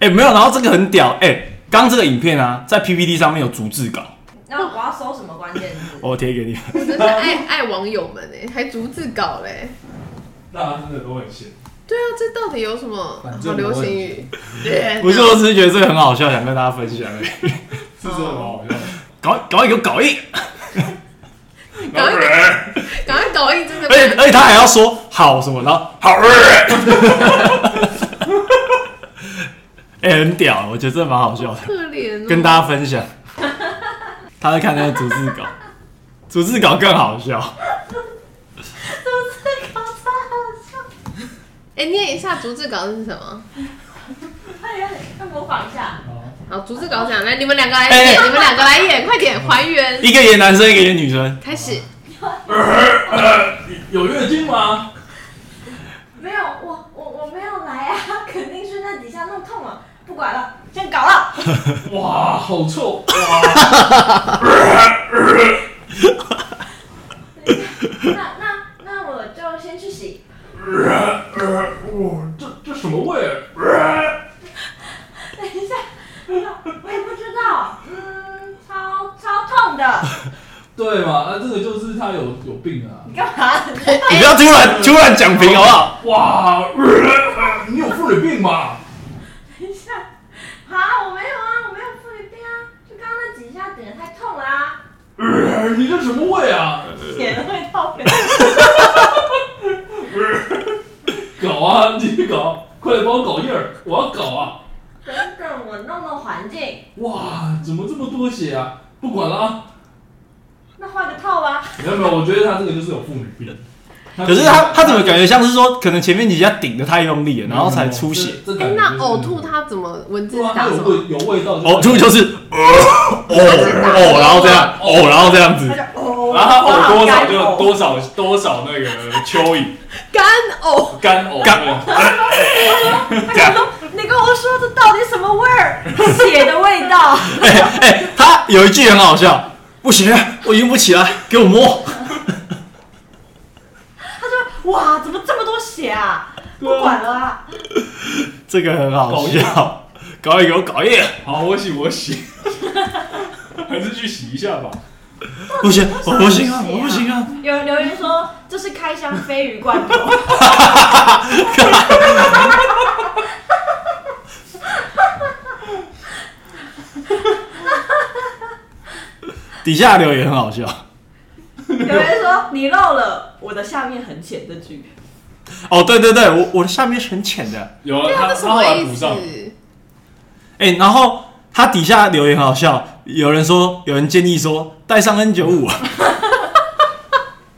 Speaker 2: 哎没有，然后这个很屌哎，刚这个影片啊在 PPT 上面有逐字稿，
Speaker 3: 那我要搜什么关键字？
Speaker 2: 我贴给你，
Speaker 1: 真是爱爱网友们哎、还逐字稿嘞、
Speaker 4: 大家真的都很闲。
Speaker 2: 哦
Speaker 1: 对啊，这到底有什么
Speaker 4: 反
Speaker 1: 好
Speaker 4: 正
Speaker 1: 流
Speaker 4: 我
Speaker 1: 行
Speaker 4: 也
Speaker 1: 语？对啊
Speaker 2: 不是，我只是觉得这个很好笑，想跟大家分享而已。
Speaker 4: 是这种好像，
Speaker 2: 搞搞一个搞一，
Speaker 1: 赶快赶快抖音真的
Speaker 2: 而且而且他还要说好什么，然后好，哎、很屌，我觉得这蛮好笑的，
Speaker 1: 可怜、哦，
Speaker 2: 跟大家分享。他在看那个逐字稿，逐字稿更好笑。
Speaker 1: 哎、念一下逐字稿是什么？
Speaker 3: 快点，快模仿一下。
Speaker 1: 好，逐字稿讲来，你们两个来
Speaker 2: 哎
Speaker 1: 演，你们两个来演，快点还原，
Speaker 2: 一个演男生，一个演女生。
Speaker 1: 开始。
Speaker 4: 有月经吗？
Speaker 3: 没有，我我我没有来啊，肯定是那底下弄痛了，不管了，先搞 了。
Speaker 4: 哇，好臭！
Speaker 3: 那那那我就先去洗。
Speaker 4: 哇，这这什么味？
Speaker 3: 等一下，我也不知道，嗯，超超 痛的。
Speaker 4: 对嘛？啊，这个就是他有有病啊！
Speaker 3: 你干嘛？
Speaker 2: 你不要突然突然讲评好不好？
Speaker 4: 哇，你有妇女病吧？
Speaker 3: 等一下，啊，我没有啊，我没有妇女病啊，就刚刚那几下点的太痛了啊。
Speaker 4: 儿，你这什么味啊？
Speaker 3: 甜味道。
Speaker 4: 搞啊，你去搞，快点帮我搞叶儿，我要搞啊！
Speaker 3: 等等，我弄弄环境，
Speaker 4: 哇，怎么这么多血啊？不管了啊！
Speaker 3: 那换个套啊吧。
Speaker 4: 没有没有，我觉得他这个就是有妇女病。
Speaker 2: 可是他他怎么感觉像是说，可能前面几下顶的太用力了，然后才出血。
Speaker 4: 这
Speaker 1: 哎，那呕吐它怎么文字是打
Speaker 4: 他
Speaker 1: 什
Speaker 4: 有
Speaker 1: 么？
Speaker 4: 味有味道，
Speaker 2: 呕吐就是呃哦哦，然后这样哦，然后这 样子。
Speaker 4: 然后他啊呕多少就多少多少那个蚯蚓
Speaker 1: 干呕，
Speaker 4: 干呕
Speaker 2: 干
Speaker 3: 他说：“你跟哎我说这到底什么味儿？血的味道。
Speaker 2: 哎哎，他有一句很好笑，不行，啊我硬不起来，给我摸。”
Speaker 3: 他说：“哇，怎么这么多血啊？不管了啊，
Speaker 2: 这个很好笑，搞一个我搞一个，
Speaker 4: 好，我洗我洗， 还是去洗一下吧。
Speaker 2: 不行，我不行啊，我不行啊，
Speaker 3: 有人留言说这是开箱鲱鱼 罐头，
Speaker 2: 底下留言很好笑。
Speaker 3: 有人说你漏了，我的下面很浅这句，
Speaker 2: 哦，对对对，我我的下面是很浅的。
Speaker 4: 有啊
Speaker 1: 对啊，
Speaker 4: 他
Speaker 1: 这什
Speaker 4: 他后
Speaker 1: 么
Speaker 4: 来
Speaker 1: 意
Speaker 4: 补
Speaker 1: 思
Speaker 4: 上，？
Speaker 2: 哎，然后他底下留言很好笑，有人说，有人建议说带上 N 九五啊，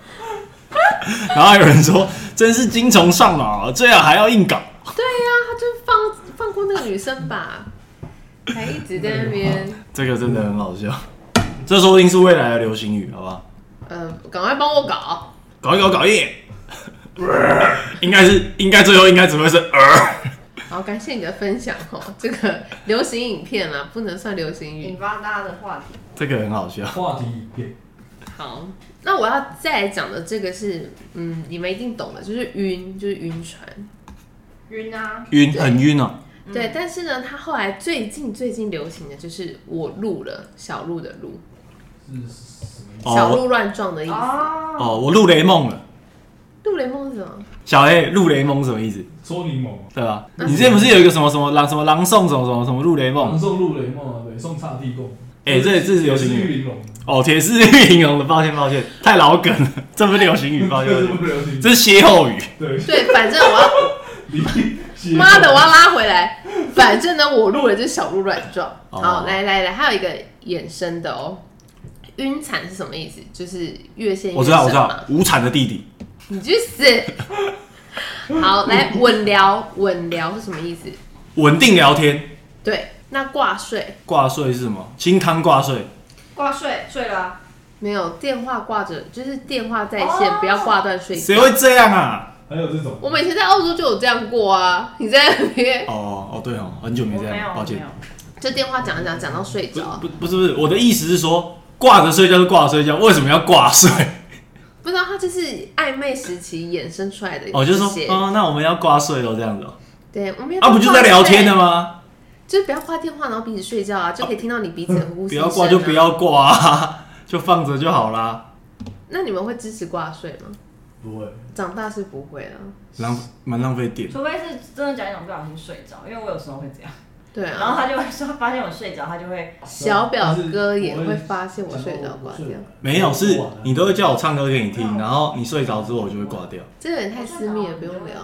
Speaker 2: 然后还有人说真是精虫上脑啊，这样还要硬搞。
Speaker 1: 对呀、他就放放过那个女生吧，还一直在那边。
Speaker 2: 这个真的很好笑，这说不定是未来的流行语，好不好？
Speaker 1: 呃，赶快帮我搞，
Speaker 2: 搞一搞，搞一， 应该是应该最后应该只会是呃。
Speaker 1: 好，感谢你的分享哦。这个流行影片啦，不能算流行语
Speaker 3: 引。发大家的话题。
Speaker 2: 这个很好笑。
Speaker 4: 话题影片，
Speaker 1: 好，那我要再来讲的这个是，嗯，你们一定懂的，就是晕，就是晕船。
Speaker 3: 晕啊，
Speaker 2: 晕，很晕哦。
Speaker 1: 对，但是呢，他后来最近最近流行的就是我录了小鹿的鹿，小
Speaker 2: 哦
Speaker 1: 鹿乱撞的意思。
Speaker 3: 哦，
Speaker 2: 哦，我入雷梦了。
Speaker 1: 陆雷梦是什么？
Speaker 2: 小 A 入雷梦什么意思？
Speaker 4: 抽柠檬，啊
Speaker 2: 对吧？
Speaker 3: 嗯
Speaker 2: 你之前不是有一个什么什么狼什么狼送什么什么什么入雷
Speaker 4: 朗
Speaker 2: 梦？
Speaker 4: 诵入雷梦啊，对，送差地贡。
Speaker 2: 哎这这是流行语
Speaker 4: 也玉玲珑，
Speaker 2: 哦，铁丝玉玲珑的，抱歉抱歉，太老梗了，这不是流行语，抱歉
Speaker 4: 这
Speaker 2: 抱
Speaker 4: 是
Speaker 2: 歉，
Speaker 4: 不流行。
Speaker 2: 这是歇后语。
Speaker 3: 哎
Speaker 4: 对，
Speaker 1: 对，反正我要
Speaker 4: 离 邪
Speaker 1: 妈的，我要拉回来。反正呢，我录了就是小鹿乱撞。
Speaker 2: 哦
Speaker 1: 好，来来来，还有一个衍生的哦。晕惨是什么意思？就是越陷越
Speaker 2: 我知道我
Speaker 1: 深
Speaker 2: 知道
Speaker 1: 嘛。，
Speaker 2: 无产的弟弟
Speaker 1: 你去死！好，来稳 聊，稳聊是什么意思？
Speaker 2: 稳定聊天。
Speaker 1: 对，那挂睡
Speaker 2: 挂税是什么？清汤挂税。
Speaker 3: 挂睡睡了啊，
Speaker 1: 没有电话挂着，就是电话在线，
Speaker 3: 哦
Speaker 1: 不要挂断睡觉。
Speaker 2: 谁会这样啊？
Speaker 4: 还有这种
Speaker 1: 我每天在澳洲就有这样过啊！你在那边
Speaker 2: 哦哦对哦，很久没
Speaker 3: 我
Speaker 2: 这
Speaker 3: 没有，
Speaker 2: 样，抱
Speaker 3: 我没
Speaker 2: 歉
Speaker 3: 有。。
Speaker 1: 就电话讲一讲，讲到睡
Speaker 2: 不
Speaker 1: 着，
Speaker 2: 不不是不是，我的意思是说，挂着睡觉就挂着睡觉，为什么要挂睡？
Speaker 1: 不知道他就是暧昧时期衍生出来的一些。
Speaker 2: 哦，就是说，哦，那我们要挂睡了这样子哦，
Speaker 1: 对，我们也
Speaker 2: 啊，不就在聊天的
Speaker 1: 吗？
Speaker 2: 吗？
Speaker 1: 就是不要挂电话，然后彼此睡觉啊，就可以听到你彼此的呼
Speaker 2: 不
Speaker 1: 吸、
Speaker 2: 要挂就不。
Speaker 1: 啊
Speaker 2: 要挂、啊， 就放着就好啦。
Speaker 1: 那你们会支持挂睡吗？
Speaker 4: 不会，
Speaker 1: 长大是不会了。
Speaker 2: 浪蛮浪费电，
Speaker 3: 除非是真的讲一讲不小心睡着，因为我有时候会这样，
Speaker 1: 对
Speaker 3: 然后
Speaker 1: 啊，
Speaker 3: 他就会说发现我睡着，他就会
Speaker 1: 小表哥也会发现我睡着挂掉，
Speaker 2: 没有是
Speaker 4: 啊
Speaker 2: 你都会叫我唱歌给你听，然后你睡着之后我就会挂掉。
Speaker 1: 这有点太私密了，不用聊。。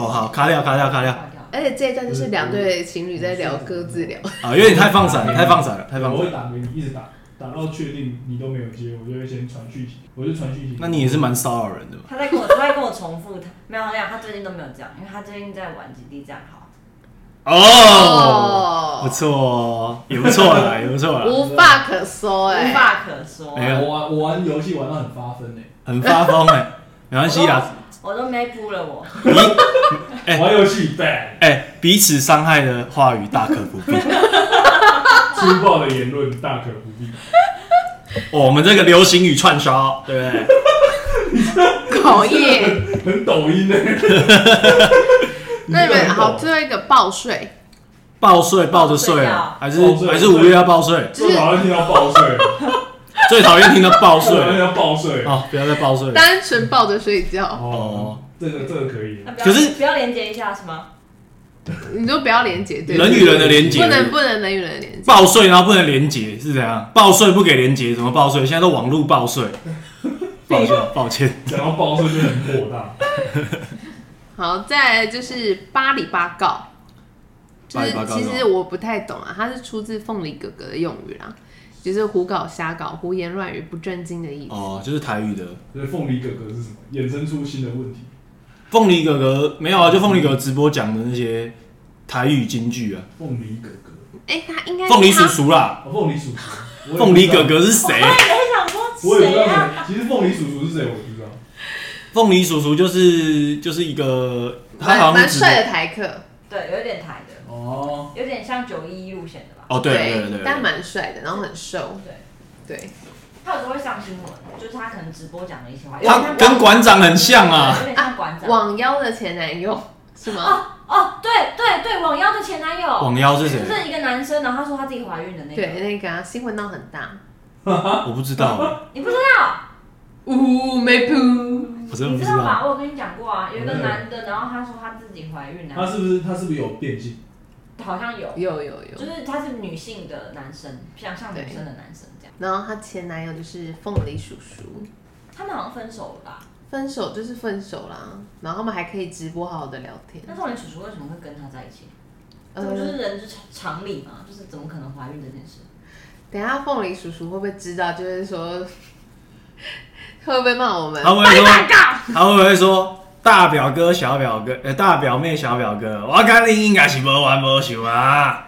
Speaker 2: 哦，好，卡掉卡掉卡掉
Speaker 1: 而且这一段就是两对情侣在聊各自聊，
Speaker 2: 啊，有点太放闪了，太放闪了，太放
Speaker 4: 我
Speaker 2: 闪了。
Speaker 4: 会打给你，一直打，打到确定你都没有接，我就会先传讯息，我就传讯息。
Speaker 2: 那你也是蛮骚扰人的嘛？
Speaker 3: 他在跟我， 他在跟我重复，他没有他讲，他最近都没有这样，因为他最近在玩《极地战壕
Speaker 2: 哦，
Speaker 1: 哦
Speaker 2: 不错哦，也不错啦，也不错啦，
Speaker 1: 无话可说》，
Speaker 3: 无
Speaker 1: 哎。
Speaker 3: 话可说，
Speaker 2: 没有
Speaker 4: 我玩我玩游戏玩到很发疯哎，
Speaker 2: 很发疯哎、没关系啦。
Speaker 3: 我都没哭了我。
Speaker 2: 你哎
Speaker 4: 玩游 戏 bang
Speaker 2: 哎、彼此伤害的话语大可不必。
Speaker 4: 粗暴的言论大可不必。
Speaker 2: 哦我们这个流行语串烧，对不对？
Speaker 1: 口 业。
Speaker 4: 很抖音的、欸。
Speaker 1: 那你们好，最后一个报税，
Speaker 2: 报税抱着睡啊，还是
Speaker 4: 报税
Speaker 2: 还是五月要报税？
Speaker 1: 就
Speaker 4: 最
Speaker 1: 是
Speaker 4: 讨厌听到报 税，
Speaker 2: 最讨厌听到报
Speaker 4: 最讨厌听
Speaker 2: 税
Speaker 4: 到报税。
Speaker 2: 哦，不要再报税了。
Speaker 1: 单纯抱着睡觉。
Speaker 4: 哦，这个这个可以，
Speaker 3: 那不要
Speaker 2: 可是
Speaker 3: 不要连接一下是吗？
Speaker 1: 你就不要连结，对，
Speaker 2: 人与人的连结
Speaker 1: 不能啊不能人与人的连结。
Speaker 2: 报税然后不能连结是怎样？报税不给连结怎么报税？现在都网络 报税，
Speaker 1: 哎
Speaker 2: 抱歉抱歉，
Speaker 4: 讲到报税就很火大。
Speaker 1: 好，再来就是巴里巴告，就
Speaker 2: 巴
Speaker 1: 是
Speaker 2: 里巴告
Speaker 1: 其
Speaker 2: 是什么
Speaker 1: 实我不太懂啊，它是出自凤梨哥哥的用语啦，就是胡搞瞎搞、胡言乱语、不正经的意思。
Speaker 2: 哦，就是台语的
Speaker 4: 所以凤梨哥哥是什么？衍生出新的问题。
Speaker 2: 凤梨哥哥没有啊，就凤梨哥哥直播讲的那些台语金句啊，
Speaker 4: 凤梨哥哥，
Speaker 1: 哎、他应该是
Speaker 2: 凤梨叔
Speaker 1: 他
Speaker 2: 叔啦，
Speaker 4: 哦，凤梨叔叔，我也不知道
Speaker 2: 凤梨哥，哥是谁？
Speaker 3: 哦
Speaker 4: 我也不知道
Speaker 3: 谁啊
Speaker 4: 谁。其实凤梨叔叔是谁，我不知道。
Speaker 2: 凤梨叔叔就是就是一个他好
Speaker 1: 蛮
Speaker 2: 像
Speaker 1: 蛮
Speaker 2: 是直播
Speaker 1: 帅的台客，
Speaker 3: 对，有一点台的，
Speaker 4: 哦，
Speaker 3: 有点像九一一路线的吧。
Speaker 2: 哦，对对对对
Speaker 1: 但
Speaker 2: 对，
Speaker 1: 蛮帅的，然后很瘦，
Speaker 3: 对
Speaker 1: 对，
Speaker 3: 他有时候会上新闻，就是他可能直播讲的一些话，有
Speaker 2: 他
Speaker 3: 点像
Speaker 2: 跟馆长很像啊
Speaker 3: 有。点像馆长。
Speaker 1: 网妖的前男友是吗？
Speaker 3: 哦，对对对，网妖的前男友，
Speaker 2: 网妖是谁
Speaker 3: 就？是一个男生，然后他说他自己怀孕的那
Speaker 1: 对，
Speaker 3: 个，
Speaker 1: 那个、啊、新闻闹很大，
Speaker 2: 我不知道，
Speaker 3: 你不知道？
Speaker 1: 呜没噗，
Speaker 2: 我真的
Speaker 3: 你
Speaker 2: 不
Speaker 3: 知
Speaker 2: 知
Speaker 3: 道
Speaker 2: 道。
Speaker 3: 吧？我有跟你讲过啊，有一个男的，然后他说他自己怀孕
Speaker 4: 他
Speaker 3: 啊，
Speaker 4: 是不是他是不是有变性？
Speaker 3: 好像有，
Speaker 1: 有有有
Speaker 3: 就。是他是女性的男生，像像女生的男生这样。
Speaker 1: 然后她前男友就是凤梨叔叔，
Speaker 3: 他们好像分手了吧？
Speaker 1: 分手就是分手啦，然后他们还可以直播好好的聊天。
Speaker 3: 那凤梨叔叔为什么会跟他在一起？这
Speaker 1: 呃
Speaker 3: 不就是人之常常理嘛？就是怎么可能怀孕这件事？
Speaker 1: 等一下凤梨叔叔会不会知道？就是说， 会不会骂我们？
Speaker 2: 他会说， 他会不会说大表哥、小表哥、呃、大表妹、小表哥，我看你应该是没完没休啊。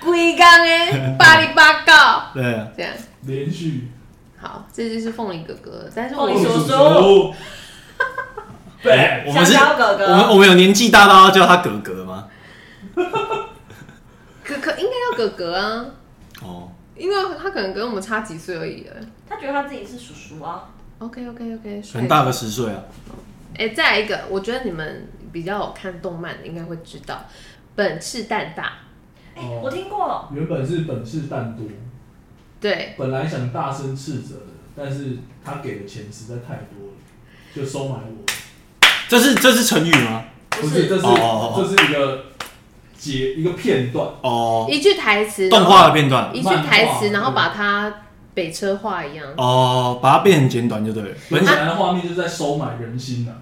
Speaker 1: 龟缸哎，巴里巴告，
Speaker 2: 对，
Speaker 1: 这样
Speaker 4: 连续
Speaker 1: 好，这就是凤梨哥哥。但是我
Speaker 3: 凤梨哦叔叔
Speaker 4: 叔，对，
Speaker 2: 哦我们是，
Speaker 3: 香蕉哥
Speaker 2: 我
Speaker 3: 哥
Speaker 2: 们我们有年纪大到要叫他哥哥吗？
Speaker 1: 哥哥应该要哥哥啊，
Speaker 2: 哦，
Speaker 1: 因为他可能跟我们差几岁而已。
Speaker 3: 他觉得他自己是叔叔啊。
Speaker 1: OK OK OK，
Speaker 2: 很大个十岁啊。
Speaker 1: 哎、再来一个，我觉得你们比较有看动漫的，应该会知道本赤蛋大。
Speaker 3: 哎、
Speaker 4: 哦
Speaker 3: 我听过，
Speaker 4: 原本是本事蛋多，
Speaker 1: 对，
Speaker 4: 本来想大声斥责的，但是他给的钱实在太多了，就收买我。
Speaker 2: 这是这是成语吗？
Speaker 4: 不是，这是
Speaker 2: 哦
Speaker 4: 这是一个节一个片段，
Speaker 2: 哦，
Speaker 1: 一句台词，
Speaker 2: 动画的片段。
Speaker 1: 一句台
Speaker 4: 漫画
Speaker 1: 词，然后把它北车化一样。
Speaker 2: 哦，把它变很简短就对了。
Speaker 4: 本
Speaker 2: 本
Speaker 4: 来的画面就是在收买人心啊呐、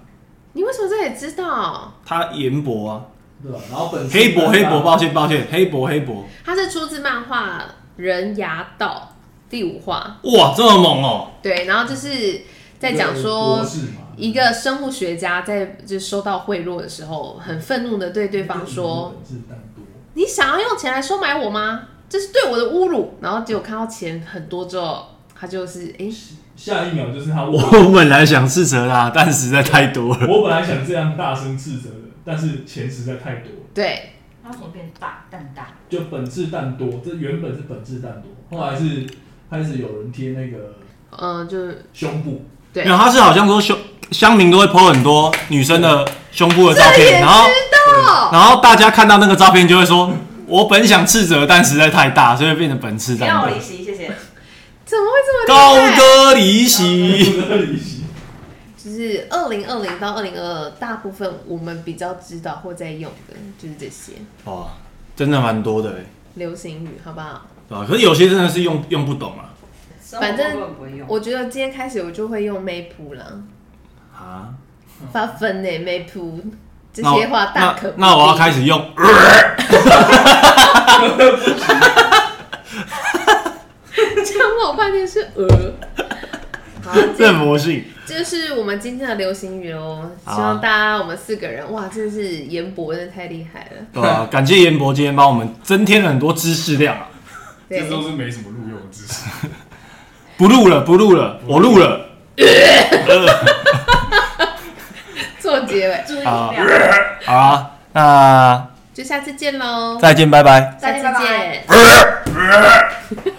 Speaker 1: 你为什么这也知道？
Speaker 2: 他严博啊，
Speaker 4: 对吧？然后本
Speaker 2: 黑博黑博，
Speaker 4: 吧，
Speaker 2: 抱歉抱歉，黑博黑博，
Speaker 1: 它是出自漫画《人牙道》第五话，
Speaker 2: 哇，这么猛哦！
Speaker 1: 对，然后就是在讲说
Speaker 4: 博。士嘛，
Speaker 1: 一个生物学家在就收到贿赂的时候，很愤怒的对对方
Speaker 2: 嗯
Speaker 1: 说
Speaker 4: 本事蛋多，：“
Speaker 1: 你想要用钱来收买我吗？这是对我的侮辱。”然后结果看到钱很多之后，他就是哎、
Speaker 4: 下一秒就是他我
Speaker 2: 我本来想斥责他，但实在太多了。
Speaker 4: 我本来想这样大声斥责的，但是钱实在太多了，
Speaker 1: 对，
Speaker 3: 他为什么变大蛋大？
Speaker 4: 就本事蛋多，这原本是本事蛋多，后来是开始有人贴那个
Speaker 1: 嗯、就是
Speaker 4: 胸 部，
Speaker 1: 对
Speaker 2: 没有，他是好像说乡乡民都会 po 很多女生的胸部的照片，然后
Speaker 1: 道，
Speaker 2: 然后大家看到那个照片就会说，我本想斥责，但实在太大，所以变成本斥
Speaker 3: 不
Speaker 2: 蛋
Speaker 3: 要
Speaker 2: 大
Speaker 3: 离。席，谢谢。
Speaker 1: 怎么会这么
Speaker 2: 高
Speaker 1: 厉害？
Speaker 2: 歌离席，
Speaker 4: 离席，
Speaker 1: 就是二零二零到二零二二，大部分我们比较知道或在用的就是这些
Speaker 2: 哇，哦真的蛮多的哎，
Speaker 1: 流行语，好不好？
Speaker 2: 对吧？可是有些真的是用用不懂啊
Speaker 1: 反正
Speaker 3: 生活根本不会用。
Speaker 1: 我觉得今天开始我就会用 map 啦，
Speaker 2: 嗯啊！
Speaker 1: 发疯呢 map 这
Speaker 2: 那我
Speaker 1: 些话大可
Speaker 2: 那那我要开
Speaker 1: 始
Speaker 2: 始用，
Speaker 1: 讲我半天是 呃，好，这
Speaker 2: 这魔性。
Speaker 1: 这是我们今天的流行语哦。希
Speaker 2: 好啊
Speaker 1: 望大家我们四个人哇，真的是严博真的太厉害了，
Speaker 2: 对啊，感谢严博今天帮我们增添了很多知识量啊！
Speaker 1: 对，
Speaker 4: 是没什么录用的知识。
Speaker 2: 不录了，不录了，我录了
Speaker 1: 做结尾
Speaker 3: 注意
Speaker 2: 啊
Speaker 3: 力量。
Speaker 2: 好啊！那
Speaker 1: 就下次见喽，
Speaker 2: 再见，拜拜。
Speaker 1: 下次
Speaker 3: 拜拜
Speaker 1: 见。